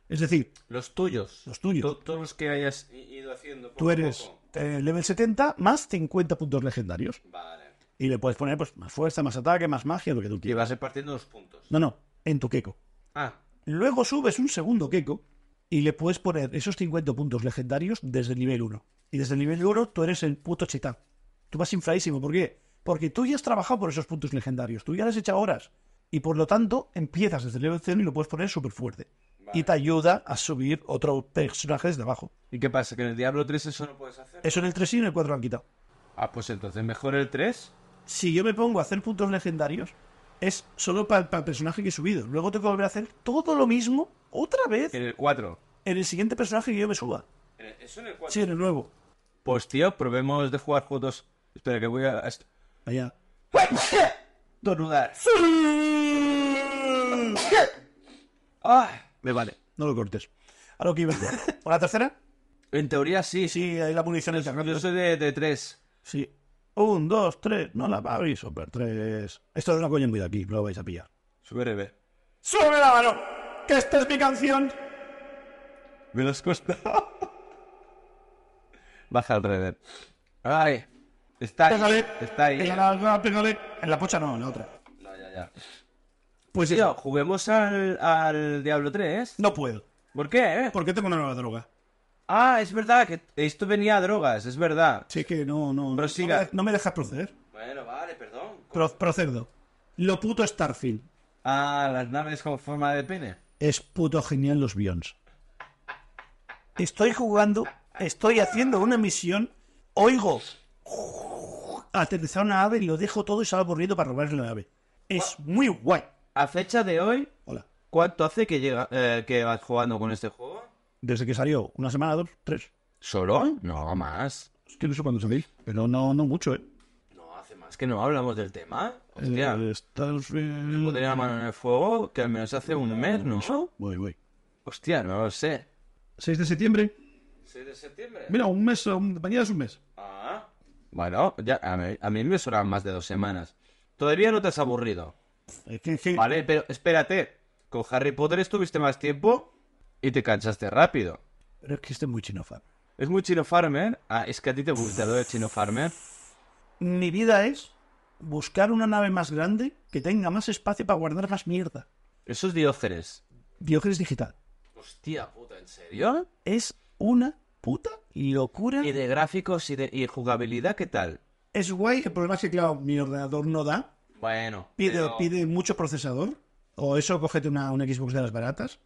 Es decir,
Los tuyos.
Los tuyos.
To- todos los que hayas i- ido haciendo. poco
Tú
a
eres
poco.
eh, level 70 más 50 puntos legendarios.
Vale.
Y le puedes poner pues, más fuerza, más ataque, más magia, lo que tú
Y
quieras.
vas repartiendo los puntos.
No, no, en tu queco.
Ah,
Luego subes un segundo queco y le puedes poner esos 50 puntos legendarios desde el nivel 1. Y desde el nivel 1 tú eres el puto chitá. Tú vas infladísimo. ¿Por qué? Porque tú ya has trabajado por esos puntos legendarios. Tú ya las has echado horas. Y por lo tanto, empiezas desde el nivel 0 y lo puedes poner súper fuerte. Y te ayuda a subir otro personaje desde abajo.
¿y qué pasa? ¿Que en el Diablo 3 eso no puedes hacer?
Eso en el 3 y en el 4 lo han quitado.
Ah, pues entonces mejor el 3.
si yo me pongo a hacer puntos legendarios, es solo para el personaje que he subido. Luego tengo que volver a hacer todo lo mismo otra vez
En el 4.
en el siguiente personaje que yo me suba.
Eh, Eso en el 4.
Sí, en el nuevo.
Pues tío, probemos de jugar juntos. Espera, que voy a...
Allá.
Donudar. Ah,
Me vale, no lo cortes. A lo que iba. [laughs] ¿O la tercera?
en teoría sí.
Sí, ahí la munición es
Yo soy de, de 3.
Sí. Un, dos, tres. No la abrís, Super. Tres. Esto es una coña muy de aquí, no lo vais a pillar.
Sube breve.
¡Sube la mano! ¡Que esta es mi canción!
Me los cuesta. [laughs] Baja al revés. Ay. Está ahí.
Pégale.
Está ahí.
En la, pégale. En la pocha no, en la otra.
No, ya, ya.
Pues
Tío, juguemos al, al Diablo 3.
No puedo.
¿Por qué?
Porque tengo una nueva droga.
Ah, es verdad que esto venía a drogas, es verdad.
Sí, que no, no. No,
Prosiga.
me de- no me dejas proceder.
Bueno, vale, perdón.
Pro- procedo. Lo puto Starfield.
Ah, las naves con forma de pene.
Es puto genial los Beyonds. Estoy jugando, estoy haciendo una misión, oigo aterrizar una ave y lo dejo todo y salgo corriendo para robarle la ave. Es muy guay.
A fecha de hoy,
Hola.
¿cuánto hace que llega eh, que vas jugando con este juego?
Desde que salió, una semana, dos, tres.
¿Solo? No, más.
Es que no sé cuándo salió, pero no, no mucho, ¿eh?
No, hace más que no hablamos del tema. Hostia,
Eh, Starfield-
poner la mano en el fuego que al menos hace un mes, ¿no?
Voy, voy.
Hostia, no lo sé.
6 de septiembre.
6 de septiembre.
Mira, un mes, un- mañana es un mes.
Ah. Bueno, ya, a, mí, a mí me sonaban más de dos semanas. Todavía no te has aburrido.
Es que- que-
Vale, pero espérate. Con Harry Potter estuviste más tiempo y te cansaste rápido.
Pero es que este es muy chino fan.
¿Es muy chino farmer? Ah, es que a ti te gusta lo de chino farmer.
Mi vida es buscar una nave más grande que tenga más espacio para guardar más mierda.
Esos dióceres.
Diógenes digital.
Hostia puta, ¿en serio?
Es una puta locura.
¿Y de gráficos y de y jugabilidad qué tal?
Es guay. El problema es que, claro, mi ordenador no da.
Bueno.
Pide,
pero-
pide mucho procesador. O eso, cógete una, una Xbox de las baratas.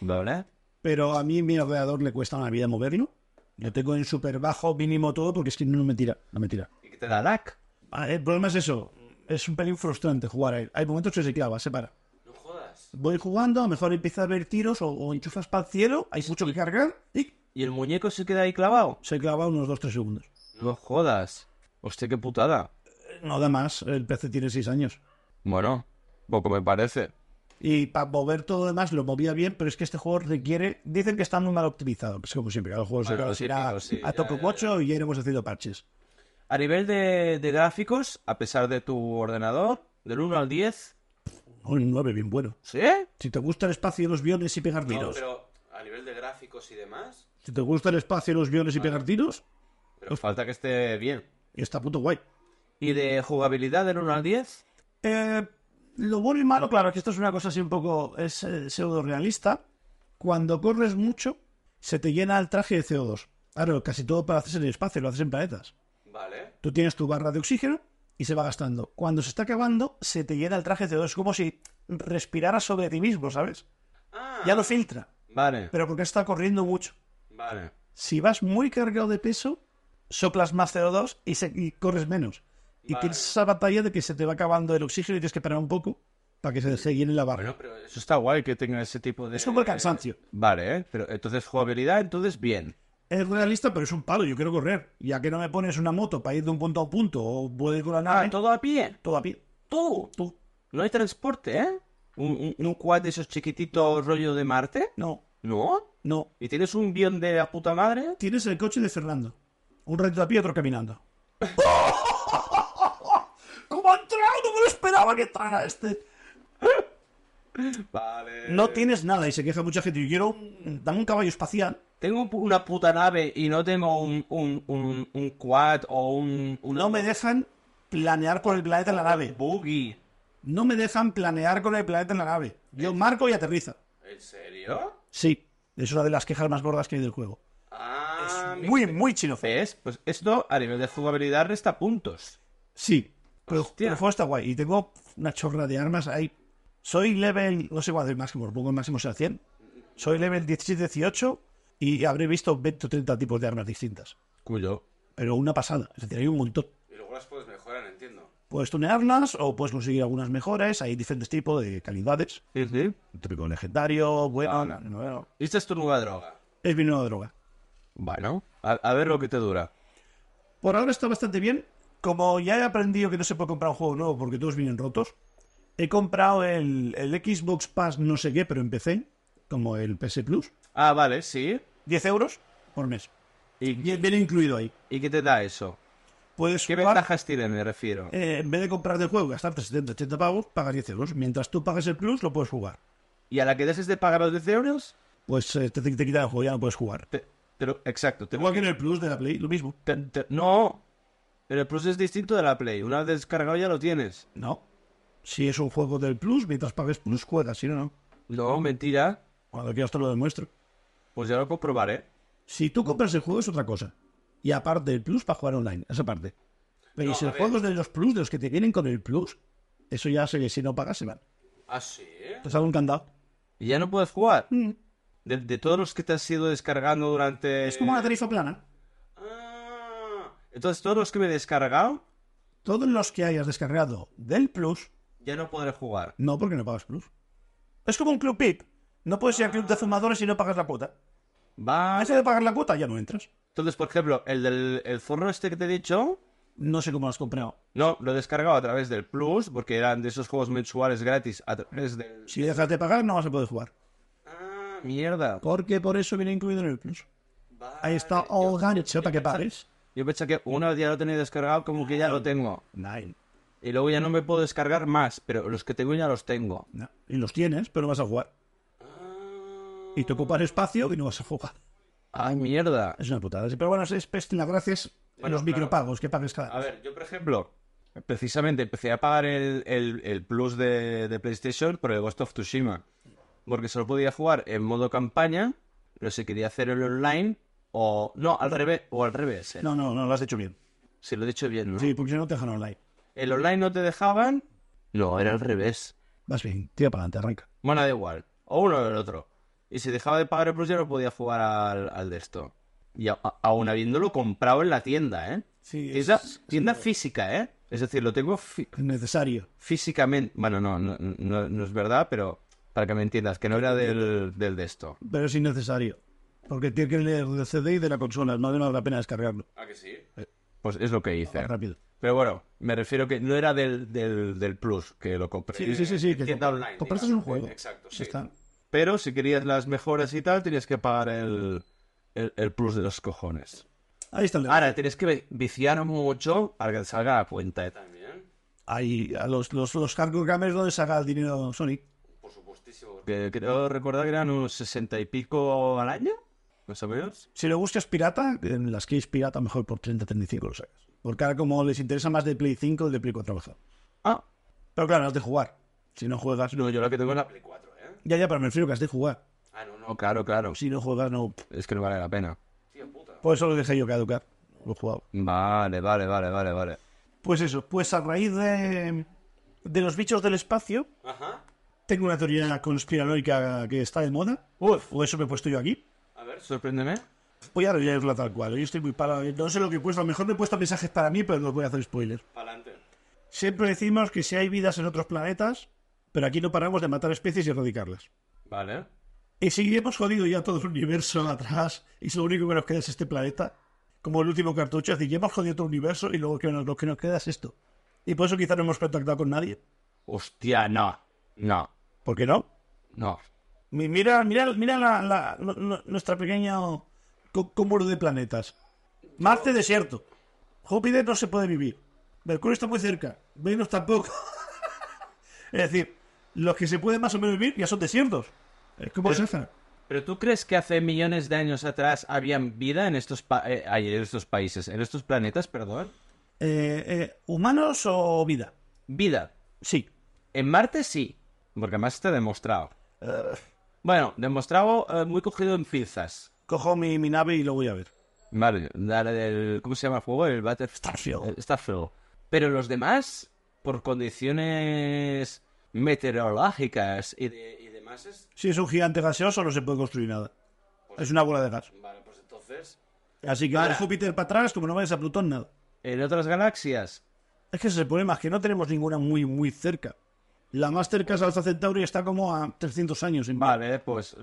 ¿Vale?
Pero a mí mi ordenador le cuesta una vida moverlo. Yo tengo en súper bajo, mínimo todo, porque es que no me tira. No me tira.
¿Y qué te da lag?
Ah, El problema es eso. Es un pelín frustrante jugar a él. Hay momentos que se clava, se para.
No jodas.
Voy jugando, a lo mejor empieza a ver tiros o, o enchufas para el cielo, hay mucho que cargar y
¿Y el muñeco se queda ahí clavado?
se clava unos 2-3 segundos.
No jodas. Hostia, qué putada.
Eh, No da más, el PC tiene 6 años.
Bueno, poco me parece.
Y para mover todo lo demás lo movía bien, pero es que este juego requiere. Dicen que está muy mal optimizado, que es como siempre, los juegos
Bueno, lo
se acaban a,
típico, sí,
a
ya,
tope
ya, ya.
8 y ya iremos haciendo parches.
A nivel de, de gráficos, a pesar de tu ordenador, del 1 al 10,
Un 9 bien bueno.
¿sí?
Si te gusta el espacio y los guiones y pegar tiros.
pero a nivel de gráficos y demás,
Si te gusta el espacio y los guiones y pegar tiros,
pero falta que esté bien.
está puto guay.
¿Y de jugabilidad del 1 al 10?
Eh, lo bueno y malo, claro, que esto es una cosa así un poco es, eh, pseudo-realista. Cuando corres mucho, se te llena el traje de CO2. Claro, casi todo para haces en el espacio, lo haces en planetas.
Vale.
Tú tienes tu barra de oxígeno y se va gastando. Cuando se está acabando, se te llena el traje de CO2. Es como si respiraras sobre ti mismo, ¿sabes? Ya lo filtra,
Vale,
pero porque está corriendo mucho.
vale.
Si vas muy cargado de peso, soplas más CO2 y, se- y corres menos. Y
Vale.
tienes esa batalla de que se te va acabando el oxígeno y tienes que parar un poco para que se, se llene la barra.
Bueno, pero eh, eso está guay que tenga ese tipo de...
es como el cansancio.
Vale, ¿eh? pero entonces jugabilidad, entonces bien.
Es realista, pero es un palo. Yo quiero correr. Ya que no me pones una moto para ir de un punto a un punto o voy con la nave,
Ah, todo a pie.
todo a pie.
Tú.
Tú.
No hay transporte, ¿eh? ¿Un, un, un quad de esos chiquititos rollo de Marte?
No,
¿No?
no.
¿Y tienes un guión de la puta madre?
Tienes el coche de Fernando. Un rato a pie,
[laughs]
otro caminando. [laughs] ¿Cómo ha entrado? No me lo esperaba que entrara este.
Vale.
No tienes nada y se queja mucha gente. Yo quiero un, dame un caballo espacial
tengo pu- una puta nave y no tengo un, un, un, un quad o un... un
No me dejan planear con el planeta en la nave.
Boogie.
No me dejan planear con el planeta en la nave. Yo marco y aterriza.
¿En serio?
Sí, es una de las quejas más gordas que hay del juego.
Ah, mi-
Muy, muy chino
¿Ves? Pues esto a nivel de jugabilidad resta puntos.
Sí, pero
Hostia.
el juego está guay. Y tengo una chorra de armas ahí. Soy level, no sé cuál es el máximo, supongo que el máximo será 100. Soy level 17-18 y habré visto 20 o 30 tipos de armas distintas.
Cuyo.
Pero una pasada, es decir, hay un montón.
Y luego las puedes mejorar, entiendo.
Puedes tunearlas o puedes conseguir algunas mejoras, hay diferentes tipos de calidades.
Sí, sí.
El típico legendario, bueno,
Ah, no.
bueno.
Y esta es tu nueva droga.
es mi nueva droga.
Bueno. A, a ver lo que te dura.
Por ahora está bastante bien. Como ya he aprendido que no se puede comprar un juego nuevo porque todos vienen rotos, he comprado el, el Xbox Pass no sé qué, pero empecé, como el PS Plus,
Ah, vale, sí.
10 euros por mes.
¿Y,
Bien, bien incluido ahí.
y qué te da eso?
Puedes
¿Qué
jugar,
ventajas tiene, me refiero?
eh, en vez de comprar el juego, y gastarte 70, 80 pavos, pagas 10 euros. Mientras tú pagues el Plus, lo puedes jugar.
¿Y a la que dejes de pagar los 10 euros?
Pues eh, te, te quitan el juego, ya no puedes jugar.
Te- pero, exacto. te-
Igual que en el Plus de la Play, lo mismo.
te- te- no. Pero el proceso es distinto de la Play. Una vez descargado ya lo tienes.
No. Si es un juego del Plus, mientras pagues Plus, juegas. Si no, no.
No, mentira.
Cuando quieras te lo demuestro.
Pues ya lo comprobaré.
Si tú compras el juego es otra cosa. Y aparte el plus para jugar online, esa parte. Pero
No,
si
a
el
ver.
juego es de los plus, de los que te vienen con el plus, eso ya sé que si no pagas se van.
¿Ah, sí?
Te sale un candado.
¿Y ya no puedes jugar?
Mm.
De, de todos los que te has ido descargando durante...
Es como una tarifa plana.
Ah, entonces todos los que me he descargado
Todos los que hayas descargado del plus,
ya no podré jugar.
no porque no pagas plus. Es como un club PIP. No puedes ir al club de fumadores si no pagas la cuota. A
Va.
ese de pagar la cuota ya no entras.
Entonces, por ejemplo, el del el forno este que te he dicho,
No sé cómo lo has comprado.
no, lo he descargado a través del Plus, porque eran de esos juegos mensuales gratis a través del...
Si dejas de pagar no vas a poder jugar.
Ah, mierda.
Porque por eso viene incluido en el plus. Ahí está all gancho para que pagues.
Yo pensé que una vez ya lo tenía descargado, como que ya lo tengo.
Nine.
Y luego ya no me puedo descargar más, pero los que tengo ya los tengo.
No. Y los tienes, pero no vas a jugar.
Ah.
Y te ocupan espacio y no vas a jugar.
Ay, Ah, mierda.
Es una putada. Pero bueno, es peste las gracias
Bueno,
los
claro.
micropagos que pagues cada
A ver, yo por ejemplo, precisamente empecé a pagar el, el- el plus de, de PlayStation por el Ghost of Tsushima. Porque solo podía jugar en modo campaña, pero si quería hacer el online, o. No, al revés, o al revés. eh.
No, no, no lo has hecho bien.
Si lo he dicho bien, ¿no?
Sí, porque si no te dejan online.
El online no te dejaban. No, era al revés.
Vas bien, tira para adelante, arranca.
Bueno, da igual. O uno o el otro. Y si dejaba de pagar el plus ya no podía jugar al, al de esto. Y a- a- aún habiéndolo comprado en la tienda, ¿eh?
Sí,
Tienda- tienda física, ¿eh? Es decir, lo tengo fi-
Es necesario.
físicamente. Bueno, no, no, no, no es verdad, pero para que me entiendas, que no era del, del de esto.
Pero es innecesario. Porque tiene que leer del CD y de la consola. No vale la pena descargarlo.
¿Ah, que sí? Pues es lo que hice.
Rápido.
Pero bueno, me refiero que no era del, del, del Plus que lo compré.
Sí, sí, sí. sí
En
que
tienda
comp-
online,
compraste
digamos. eh,
un juego.
Exacto,
Ya
sí.
está.
Pero si querías las mejoras y tal, tenías que pagar el, el, el Plus de los cojones.
Ahí está el debate.
Ahora, tienes que viciar mucho para que salga la cuenta. También.
Ahí, a los, los, los hardcore gamers donde saca el dinero Sony.
Que creo recordar que eran unos sesenta y pico al año, más o menos.
Si lo buscas pirata, en las que es pirata, mejor por 30-35 lo sacas. Porque ahora como les interesa más de Play 5, el de Play 4 ha bajado.
Ah,
Pero claro, has de jugar. Si no juegas, no.
no, yo la que tengo es la Play 4, ¿eh?
Ya, ya, pero me refiero que has de jugar.
Ah, no, no, claro, claro.
Si no juegas, no.
Es que no vale la pena.
Por eso lo dejé yo caducar. Lo he jugado.
Vale, vale, vale, vale, vale.
Pues eso, pues a raíz de, de los bichos del espacio,
Ajá.
tengo una teoría conspiranoica que está de moda.
Uf,
O eso me he puesto yo aquí.
a ver, sorpréndeme.
Voy a leerla tal cual. Yo estoy muy parado. No sé lo que he puesto. A lo mejor me he puesto mensajes para mí, pero no voy a hacer spoiler.
Pa'lante.
Siempre decimos que si hay vidas en otros planetas, pero aquí no paramos de matar especies y erradicarlas.
Vale.
Y si hemos jodido ya todo el universo [laughs] atrás y lo único que nos queda es este planeta, como el último cartucho, es decir, ya hemos jodido todo el universo y luego que nos- lo que nos queda es esto. Y por eso quizá no hemos contactado con nadie.
Hostia, no. No,
¿Por qué no?
no.
Mi- Mira, mira, mira la, la- no- no- nuestra pequeña co- cúmulo de planetas. Marte desierto. Júpiter no se puede vivir. Mercurio está muy cerca. Venus tampoco. [laughs] es decir, los que Eh, se pueden más o menos vivir ya son desiertos. Es como César.
¿Pero tú crees que hace millones de años atrás habían vida en estos, pa- eh, ay, en estos países, en estos planetas, perdón?
Eh, eh, ¿Humanos o vida?
Vida.
Sí.
En Marte sí, porque además está demostrado. Bueno, demostrado eh, muy cogido en pinzas.
Cojo mi, mi nave y lo voy a ver.
Vale, dale el, ¿cómo se llama el juego? El Battlefield.
Starfield.
El Starfield. Pero los demás, por condiciones meteorológicas y, de- y demás, es...
Si es un gigante gaseoso, no se puede construir nada. Es una bola de gas.
Vale, pues entonces...
Así que de Júpiter para atrás, como no vayas a Plutón, nada.
En otras galaxias,
Es que ese es el problema, es que no tenemos ninguna muy, muy cerca. La más cerca es Alfa Centauri y está como a 300 años. En
Vale, pues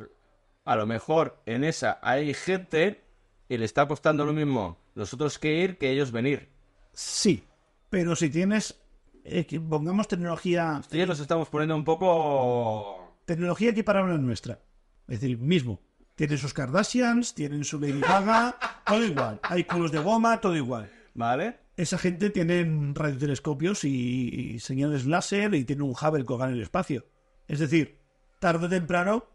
a lo mejor en esa hay gente y le está costando lo mismo nosotros que ir que ellos venir.
Sí. Pero si tienes, eh, que pongamos tecnología,
Y ya nos estamos poniendo un poco...
tecnología equiparable a la nuestra. Es decir, mismo. Tienen sus Kardashians, tienen su Lady Gaga, [laughs] todo igual. Hay culos de goma, todo igual.
¿Vale?
Esa gente tienen radiotelescopios y, y señales láser y tiene un Hubble colgado en el espacio. Es decir, tarde o temprano,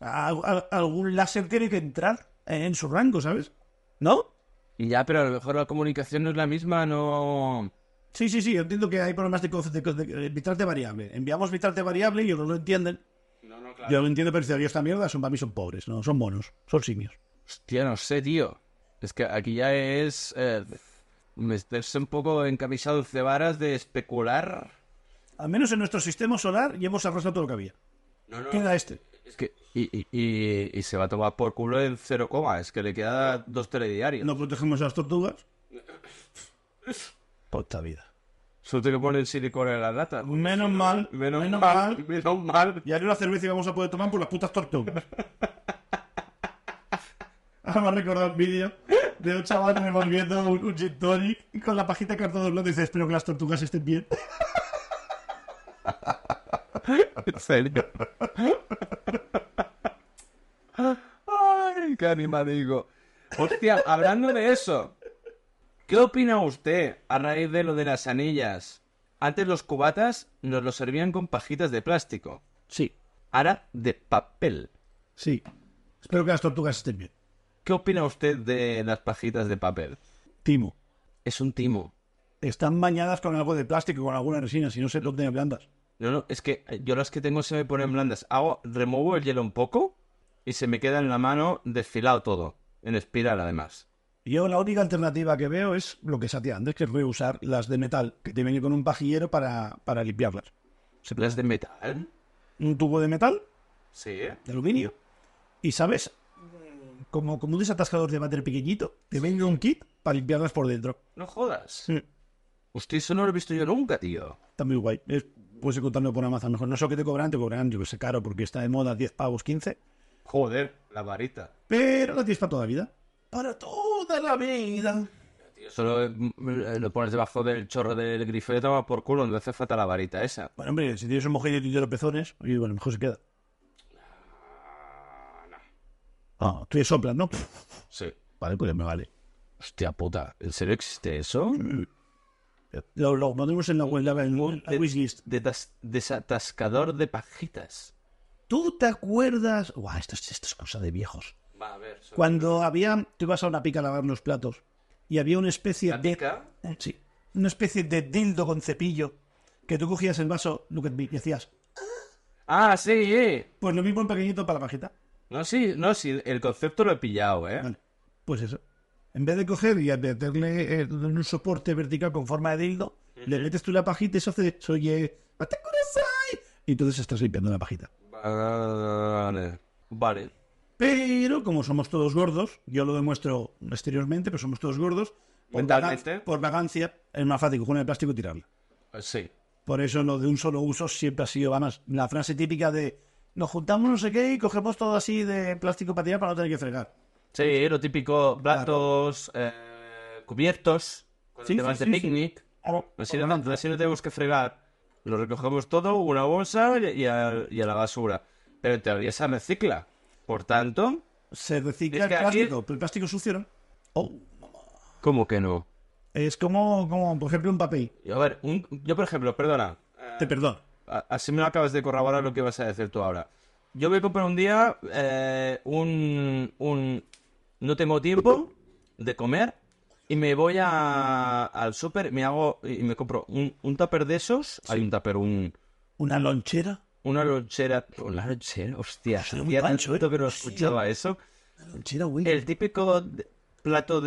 a- a- algún láser tiene que entrar en su rango, ¿sabes? ¿No?
Y ya, pero a lo mejor la comunicación no es la misma, no...
Sí, sí, sí, yo entiendo que hay problemas de, conce- de, de- de bitrate variable. Enviamos bitrate variable y ellos no lo entienden. Yo lo entiendo, pero dice, esta mierda son para mí son pobres, no, son monos, son simios.
Hostia, no sé, tío. Es que aquí ya es... eh, meterse un poco en camisa dulce varas de especular.
Al menos en nuestro sistema solar ya hemos arrasado todo lo que había. Queda este.
Es que... Y, y- y- y se va a tomar por culo el cero coma. Es que le queda dos telediarios.
No protegemos a las tortugas. Puta vida.
Solo te que poner silicona en la lata.
Menos mal,
Menos, mal, menos mal.
Y haré una cerveza y vamos a poder tomar por las putas tortugas. Ahora me ha recordado un vídeo de un chaval revolviendo un, un gin tonic con la pajita de cartón doblado y dice, espero que las tortugas estén bien.
En serio. Ay, qué animadigo. Hostia, hablando de eso, ¿qué opina usted a raíz de lo de las anillas? Antes los cubatas nos los servían con pajitas de plástico.
Sí,
Ahora de papel.
sí. Espero que las tortugas estén bien.
¿Qué opina usted de las pajitas de papel?
Timo.
Es un timo.
Están bañadas con algo de plástico, con alguna resina, si no se lo tienen blandas.
No, no, es que yo las que tengo se me ponen blandas. Hago, remuevo el hielo un poco y se me queda en la mano desfilado todo, en espiral además.
Yo la única alternativa que veo es lo que se hacía antes, que es reusar las de metal, que te vienen con un pajillero para, para limpiarlas.
¿Las de metal?
Un tubo de metal,
Sí.
de aluminio, y sabes, como, como un desatascador de váter pequeñito, te venden un kit para limpiarlas por dentro.
No jodas.
Sí.
Hostia, eso no lo he visto yo nunca, tío.
Está muy guay. Es- puedes encontrarlo por Amazon mejor. No sé lo que te cobran, te cobran, yo que sé, caro, porque está de moda 10 pavos, 15.
Joder, la varita.
Pero la tienes para toda la vida. Para toda la vida.
Tío, solo eh, eh, lo pones debajo del chorro del grifo y toma por culo, no hace falta la varita esa.
Bueno, hombre, si tienes un mojito y los pezones, oye, bueno, mejor se queda. Ah, tú ya soplas, ¿no?
Sí.
Vale, pues ya me vale.
Hostia puta, ¿en serio existe eso?
Lo, lo pondremos en la, en la- en la wishlist.
Detas- desatascador de pajitas.
¿Tú te acuerdas? Guau, esto, es- esto es cosa de viejos.
Va, a ver.
Cuando había, tú ibas a una pica a lavar los platos y había una especie de Eh, Sí. Una especie de dildo con cepillo que tú cogías el vaso, look at me, y decías,
Ah, sí, eh.
pues lo mismo en pequeñito para la pajita.
No, sí, no, sí, el concepto lo he pillado, ¿eh?
Vale, pues eso. En vez de coger y meterle eh, en un soporte vertical con forma de dildo, le metes tú la pajita y eso hace, oye, "Matakurasai", y entonces estás limpiando la pajita.
Vale. Vale.
Pero como somos todos gordos, yo lo demuestro exteriormente, pero somos todos gordos, por,
Mentalmente.
vaga- por vagancia es más fácil coger una de plástico y tirarla.
Sí.
Por eso lo de un solo uso siempre ha sido, además, la frase típica de nos juntamos no sé qué y cogemos todo así de plástico para tirar para no tener que fregar.
Sí, lo típico, platos, eh, cubiertos,
Sí,
temas
sí,
de
sí, sí.
picnic. Así,
Por
Pues no,
lo tanto,
así no tenemos que fregar. Lo recogemos todo, una bolsa y a, y a la basura. Pero en teoría se recicla. Por tanto...
se
Es
recicla el
que aquí-
plástico, pero el plástico sucio, ¿no? Oh.
¿Cómo que no?
Es como, como, por ejemplo, un papel.
Y A ver, un- yo por ejemplo, perdona,
Te perdono.
A- Así me lo acabas de corroborar lo que vas a decir tú ahora. Yo voy a comprar un día eh, un, un... No tengo tiempo de comer y me voy a- al súper, me hago y me compro un, un tupper de esos. Hay un tupper, un,
Una lonchera.
una lonchera. Una lonchera, hostia.
Suena muy
hacía
pancho, ¿eh?
tanto que no escuchaba eso.
Una lonchera, güey.
El típico de- plato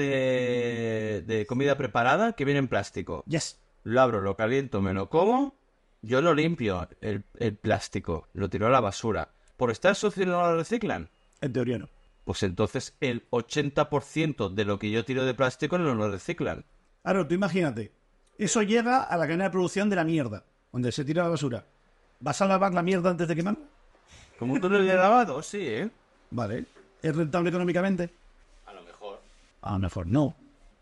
de, de comida preparada que viene en plástico.
Yes.
Lo abro, lo caliento, me lo como. Yo lo limpio, el, el plástico. Lo tiro a la basura. Por estar sucio no lo reciclan.
En teoría no.
Pues entonces el 80% de lo que yo tiro de plástico no lo reciclan.
Ahora, tú imagínate. Eso llega a la cadena de producción de la mierda, donde se tira la basura. ¿Vas a lavar la mierda antes de quemar?
Como un túnel de lavado, sí, ¿eh?
Vale. ¿Es rentable económicamente?
A lo mejor.
A lo mejor no.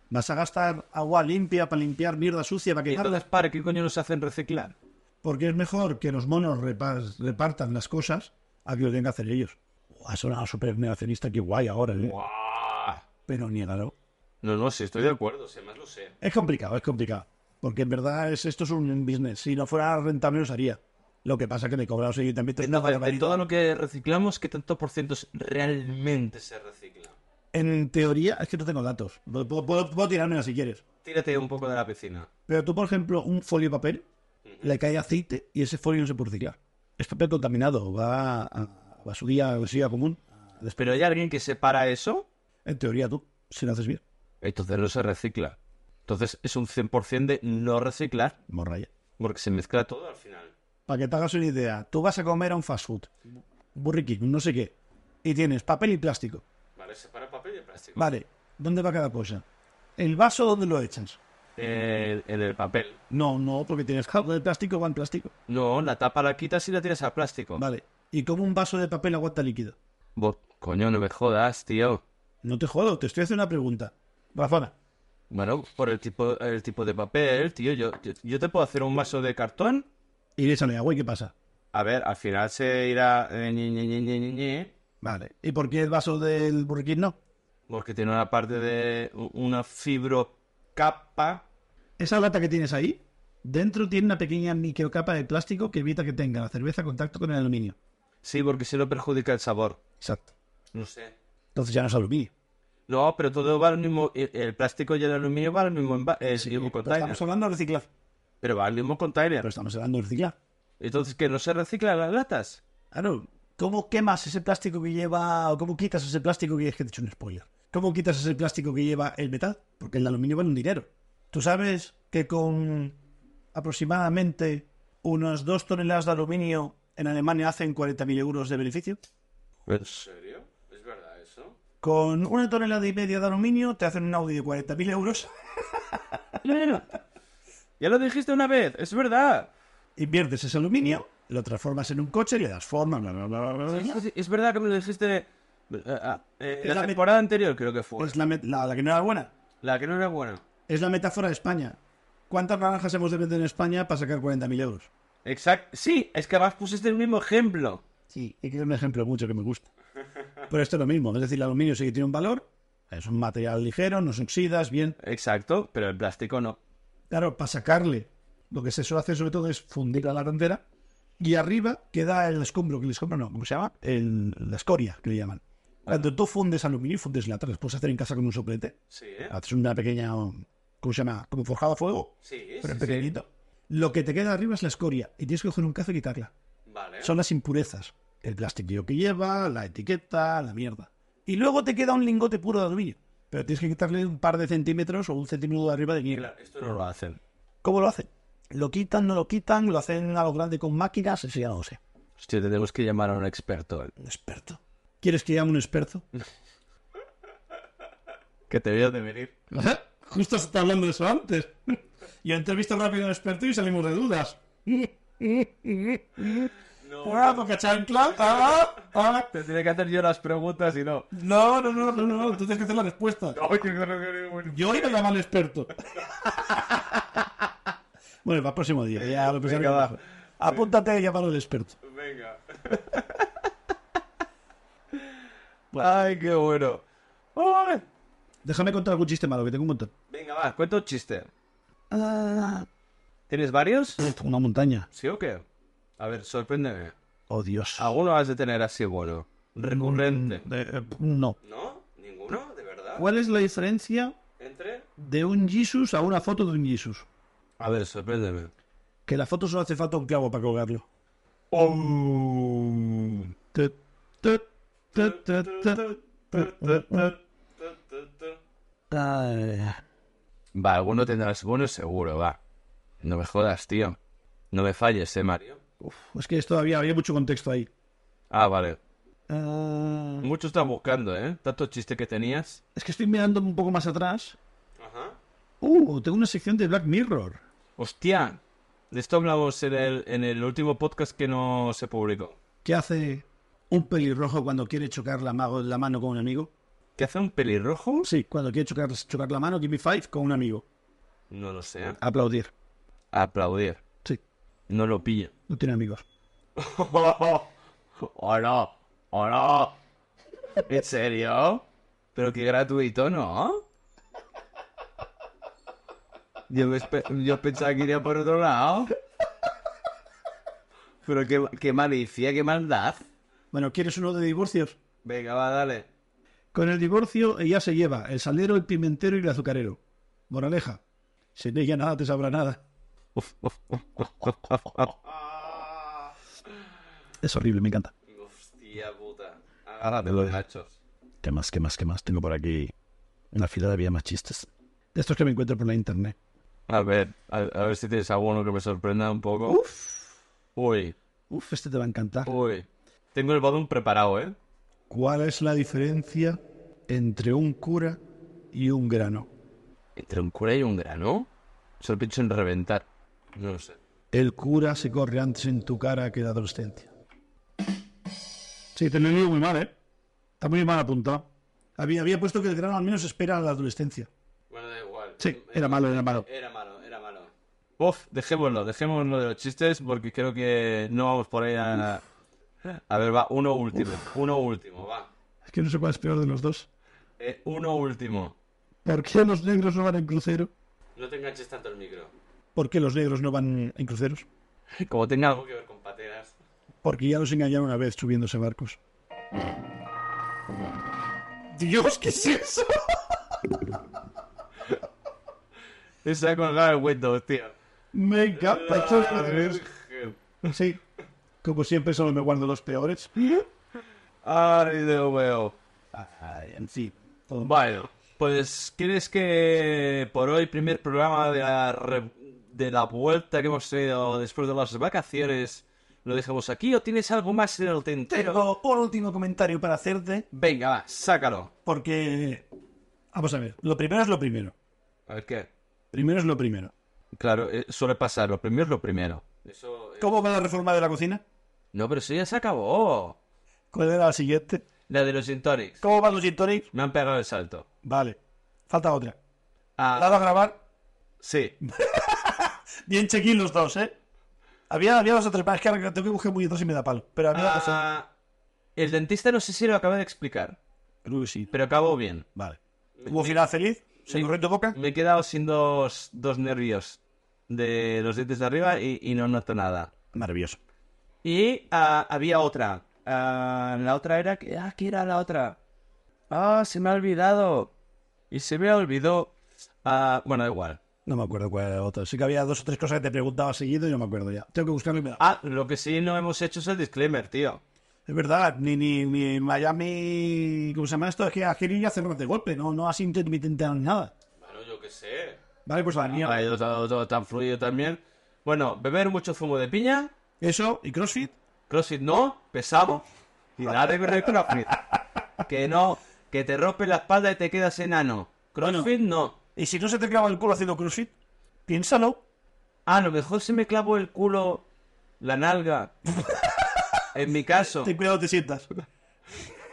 ¿Vas a gastar agua limpia para limpiar mierda sucia
[laughs]
para
¿Y
quemarla?
entonces para qué coño nos hacen reciclar?
Porque es mejor que los monos repas- repartan las cosas a que lo tengan que hacer ellos. Ha sonado súper negacionista, que guay ahora, ¿eh? Pero niégalo.
No, no, sí, estoy de acuerdo, si además lo sé.
Es complicado, es complicado. Porque en verdad es, esto es un business. Si no fuera rentable, os haría. Lo que pasa es que le cobra a los ayuntamientos una
De
barbaridad.
todo lo que reciclamos, ¿qué tanto por ciento realmente se recicla?
En teoría, es que no tengo datos. Puedo, puedo- puedo tirármela si quieres.
Tírate un poco de la piscina.
Pero tú, por ejemplo, un folio de papel, le cae aceite y ese folio no se puede reciclar. Es papel contaminado, va a, a basura, a basura común.
Pero hay alguien que separa eso,
En teoría, tú, si lo haces bien,
entonces no se recicla. Entonces es un 100% de no reciclar,
morraya.
porque se mezcla todo al final.
Para que te hagas una idea, tú vas a comer a un fast food, burriquín, no sé qué, y tienes papel y plástico.
Vale, separa papel y plástico.
Vale, ¿dónde va cada cosa? ¿El vaso dónde lo echas?
Eh, en el papel.
No, no, porque tienes jabón de plástico, va en plástico.
No, la tapa la quitas y la tiras al plástico.
Vale, ¿y cómo un vaso de papel aguanta líquido?
Vos, coño, no me jodas, tío.
No te jodo, te estoy haciendo una pregunta. Razona.
Bueno, por el tipo, el tipo de papel, tío, yo, yo, yo te puedo hacer un vaso de cartón.
Y le échale agua y qué pasa.
A ver, al final se irá... eh, ñe, ñe, ñe, ñe, ñe, ñe,
Vale, ¿y por qué el vaso del burriquín no?
porque tiene una parte de u- una fibrocapa.
Esa lata que tienes ahí, dentro tiene una pequeña microcapa de plástico que evita que tenga la cerveza contacto con el aluminio.
Sí, porque si no perjudica el sabor.
Exacto.
No sé.
Entonces ya no es aluminio.
No, pero todo va al mismo... El el plástico y el aluminio va al mismo, enva- eh, mismo container.
Estamos hablando de reciclar.
Pero va al mismo container.
Pero estamos hablando de reciclar.
Entonces, ¿que no se reciclan las latas?
Claro, ¿cómo quemas ese plástico que lleva, o cómo quitas ese plástico que es que te he hecho un spoiler? ¿Cómo quitas ese plástico que lleva el metal? Porque el de aluminio vale un dinero. Tú sabes que con aproximadamente unas dos toneladas de aluminio en Alemania hacen 40.000 euros de beneficio.
[laughs] serio? ¿Es verdad eso?
Con una tonelada y media de aluminio te hacen un Audi de 40.000 euros.
Ya lo dijiste una vez, es verdad.
Inviertes ese aluminio, lo transformas en un coche, le das forma, bla, bla, bla, bla, bla,
Es,
bla.
es- es verdad que me lo dijiste eh, ah, eh, Pues la Pues
Es la me-
temporada anterior, creo que fue.
Es la, met- la- la que no era buena.
La que no era buena.
Es la metáfora de España. ¿Cuántas naranjas hemos de vender en España para sacar 40.000 euros?
Exacto. Sí, es que además pusiste el mismo ejemplo.
Sí, y que es un ejemplo mucho que me gusta. Pero esto es lo mismo, es decir, el aluminio sí que tiene un valor, es un material ligero, no se oxida, es bien.
Exacto, pero el plástico no.
Claro, para sacarle, lo que se suele hacer sobre todo es fundir la lata entera y arriba queda el escombro, que el escombro no, ¿cómo se llama? El- la escoria, que le llaman. Cuando tú fundes aluminio y fundes lata, las puedes hacer en casa con un soplete,
Sí, ¿eh?
haces una pequeña, ¿cómo se llama? Como forjado a fuego,
Sí,
pero en pequeñito. Lo que te queda arriba es la escoria y tienes que coger un cazo y quitarla.
Vale.
son las impurezas. El plástico que lleva, la etiqueta, la mierda. Y luego te queda un lingote puro de aluminio. Pero tienes que quitarle un par de centímetros o un centímetro de arriba de niebla.
Esto no lo hacen.
¿Cómo lo hacen? ¿Lo quitan, no lo quitan? ¿Lo hacen a lo grande con máquinas? Eso ya no lo sé.
Hostia, tenemos que llamar a un experto. eh.
Un experto. ¿Quieres que llame un [laughs] experto?
Que te veo de venir.
¿Eh? Justo se está hablando de eso antes. [laughs] Yo entrevisto rápido a un experto y salimos de dudas.
[laughs]
Ah, porque chancla. Ah, ah.
Te tiene que hacer yo las preguntas y no.
No, no, no, no, no, tú tienes que hacer la respuesta. Yo iba a llamar al experto. [laughs] bueno, para el próximo día. Ya lo pensaré.
Venga, va.
Apúntate a llamar al experto.
Venga. Ay, qué bueno. Ay.
Déjame contar algún chiste malo, que tengo un montón.
Venga, va, cuenta un chiste. ¿Tienes varios?
Una montaña.
¿Sí o qué? A ver, sorpréndeme.
Oh, Dios.
Alguno has de tener así, bueno. Recurrente.
De- eh, no.
¿No? ¿Ninguno? ¿De verdad?
¿Cuál es la diferencia
¿Entre?
de un Jesus a una foto de un Jesus?
A ver, sorpréndeme.
Que la foto solo hace falta un clavo para colgarlo. Tut, tut, tut, tut, tut, tut, tut, tut. Ay.
Va, alguno tendrás bueno seguro, va. No me jodas, tío. No me falles, eh, Mario.
Uf, es que es todavía había mucho contexto ahí.
Ah, vale.
Ah,
Mucho estás buscando, ¿eh? Tanto chiste que tenías.
es que estoy mirando un poco más atrás.
Ajá.
Uh, tengo una sección de Black Mirror.
Hostia. De esto hablamos en el, en el último podcast que no se publicó.
¿Qué hace un pelirrojo cuando quiere chocar la, mago- la mano con un amigo?
¿Qué hace un pelirrojo?
Sí, cuando quiere chocar, chocar la mano, give me five, con un amigo.
No lo sé.
Aplaudir.
Aplaudir.
Sí,
No lo [laughs] pillo.
no tiene amigos.
¡Hola! ¡Hola! ¿En serio? Pero qué gratuito, ¿no? Yo, me espe- yo pensaba que iría por otro lado. Pero qué, qué malicia, qué maldad.
Bueno, ¿quieres uno de divorcios?
Venga, va, dale.
Con el divorcio ella se lleva el salero, el pimentero y el azucarero. Moraleja, sin ella nada te sabrá nada. Es horrible, me encanta.
Hostia puta. Agárrate los machos.
¿Qué más, qué más, qué más? Tengo por aquí en la fila había más chistes. De estos que me encuentro por la internet.
A ver, a, a ver si tienes alguno que me sorprenda un poco. Uy,
Uf, este te va a encantar.
uy. Tengo el badum preparado, ¿eh?
¿Cuál es la diferencia entre un cura y un grano?
Entre un cura y un grano. Solo pienso en reventar. No lo sé.
El cura se corre antes en tu cara que la adolescencia. Sí, te lo he leído muy mal, ¿eh? Está muy mal apuntado. Había, había puesto que el grano al menos espera a la adolescencia.
Bueno, da igual.
Sí, era malo, era malo.
Era malo, era malo. Uf, dejémoslo, dejémoslo de los chistes porque creo que no vamos por ahí a... A ver, va, uno último, uno último, va.
Es que no sé cuál es peor de los dos.
Eh, uno último.
¿Por qué los negros no van en crucero?
No te enganches tanto el micro.
¿Por qué los negros no van en cruceros?
Como tenga algo que ver con pateras.
Porque ya los engañaron una vez subiéndose a barcos. Dios, ¿qué es eso?
Se ha colgado el Windows, tío.
Me encanta. esto es maravilloso. Sí. Como siempre, solo me guardo los peores.
Ay, Dios mío.
Ay, en fin. todo mal.
Bueno, pues ¿crees que por hoy primer programa de la, re- de la vuelta que hemos tenido después de las vacaciones lo dejamos aquí o tienes algo más en el tintero?
Tengo un último comentario para hacerte,
Venga, va, sácalo.
porque. Vamos a ver. Lo primero es lo primero.
A ver qué.
Primero es lo primero.
Claro, eh, suele pasar, lo primero es lo primero. Eso... eh.
¿Cómo va la reforma de la cocina?
No, pero eso ya se acabó.
¿Cuál era la siguiente?
La de los gin tonics.
¿Cómo van los gin tonics?
Me han pegado el salto.
Vale. Falta otra.
Ah,
Dado a grabar.
sí.
Bien chequín los dos, ¿eh? Había, había dos o tres más que ahora tengo que buscar muy dos y me da palo. Pero había dos.
Ah, el dentista no sé si lo acaba de explicar,
Creo que sí.
pero acabó bien.
Vale. ¿Hubo final feliz? ¿Se corrió en tu boca?
Me he quedado sin dos, dos nervios de los dientes de arriba y, y no noto nada.
Maravilloso.
Y ah, había otra. Ah, la otra era... que- Ah, ¿qué era la otra? Ah, se me ha olvidado. Y se me olvidó... Ah, bueno, da igual.
No me acuerdo cuál era la otra. Sí que había dos o tres cosas que te preguntaba seguido y no me acuerdo ya. Tengo que buscarlo y me da.
Ah, lo que sí no hemos hecho es el disclaimer, tío.
Es verdad, ni, ni, ni en Miami. ¿Cómo se llama esto? Es que aquí ni hace de golpe, no, no así intermitente ni nada.
Bueno, yo qué sé.
Vale, pues la mierda.
Hay otro, otro tan fluido también. Bueno, beber mucho zumo de piña.
Eso y CrossFit.
CrossFit no, pesamos. Y dale con el CrossFit. Que no, que te rompe la espalda y te quedas enano. CrossFit no.
Y si no se te clava el culo haciendo CrossFit, piénsalo.
Ah, A lo mejor se me clavó el culo, la nalga. En mi caso,
Ten cuidado, te sientas.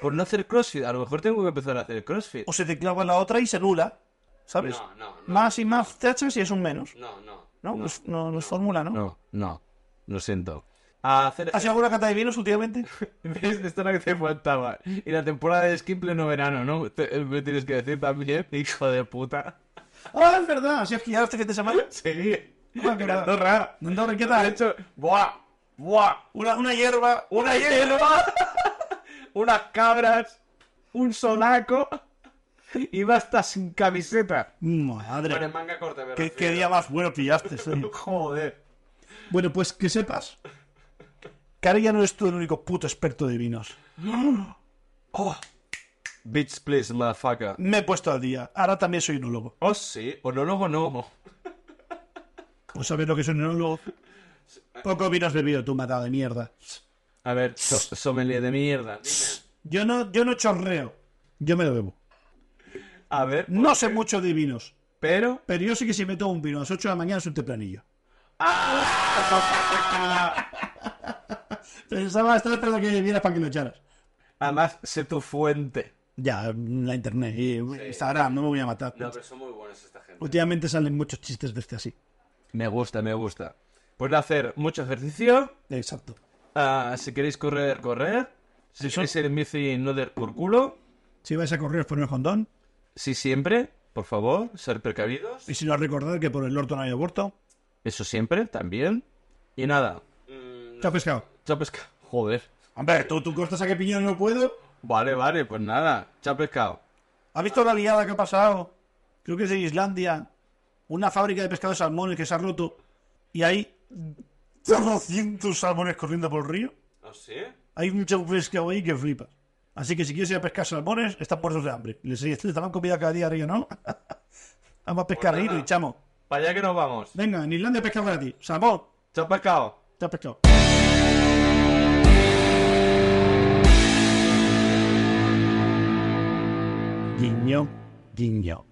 por no hacer CrossFit, a lo mejor tengo que empezar a hacer CrossFit.
O se te clava la otra y se anula. ¿Sabes?
no,
Más y más te echas y es un menos.
no, no.
No, no, es- no, no es fórmula, ¿no?
No, no, lo siento. A hacer... [laughs]
¿Has hecho alguna cata de vinos últimamente?
¿Ves? Esto era lo que te faltaba. Y la temporada de esquí en pleno verano, ¿no? Te- eh, me tienes que decir también, hijo de puta. [laughs]
¡Ah, es verdad! ¿Si has quillado este fin de semana?
Sí.
Ah, qué
Era
raro.
Andorra.
No, no, ¿qué
De
tal?
hecho, ¡buah! ¡Buah!
Una, una hierba.
¡Una hierba! [laughs] Unas cabras. Un sonaco. Iba hasta sin camiseta.
Madre.
manga corta, me
¿Qué, qué día más bueno pillaste. sí.
Joder.
Bueno, pues que sepas que ahora ya no eres tú el único puto experto de vinos. Oh,
Bitch, please, motherfucker.
me he puesto al día. Ahora también soy enólogo.
Oh, sí. Onólogo no.
¿Vos sabés Pues lo que es un enólogo? Poco vino has bebido tú, matado de mierda.
A ver, so- sommelier de mierda. Dime.
Yo no, yo no chorreo. Yo me lo bebo.
A ver.
No sé mucho de vinos.
Pero.
Pero yo sé que si me tomo un vino a las 8 de la mañana es un tempranillo.
ah.
Pensaba, estaba esperando que vieras para que lo echaras.
Además, sé tu fuente.
Ya, la internet y Instagram, no me voy a matar.
son muy buenos esta gente.
Últimamente salen muchos chistes de este así.
Me gusta, me gusta. Pues hacer mucho ejercicio.
Exacto.
ah, si queréis correr, correr. Si sois en bici, no der por culo.
Si vais a correr, poner condón.
Sí, siempre. Por favor, ser precavidos.
Y si no, recordad que por el orto no hay aborto.
Eso siempre, también. Y nada.
Chao, pescado.
Chao pescado. [laughs] Joder.
Hombre, ¿tú, tú costas a qué piñón no puedo.
Vale, vale, pues nada. Chao pescado.
¿Has visto la liada que ha pasado? Creo que es de Islandia. Una fábrica de pescado de salmones que se ha roto. Y hay 200 salmones corriendo por el río.
¿Ah, sí?
Hay mucho pescado ahí que flipas. Así que si quieres ir a pescar salmones, están muertos de hambre. Les, les dan comida cada día, río, ¿no? [laughs] Vamos a pescar
Pues nada.
río y chamo.
Para allá que nos vamos.
Venga, en Islandia pesca para ti. Salmón,
Chao pescado.
te has pescado. Guiño, guiño.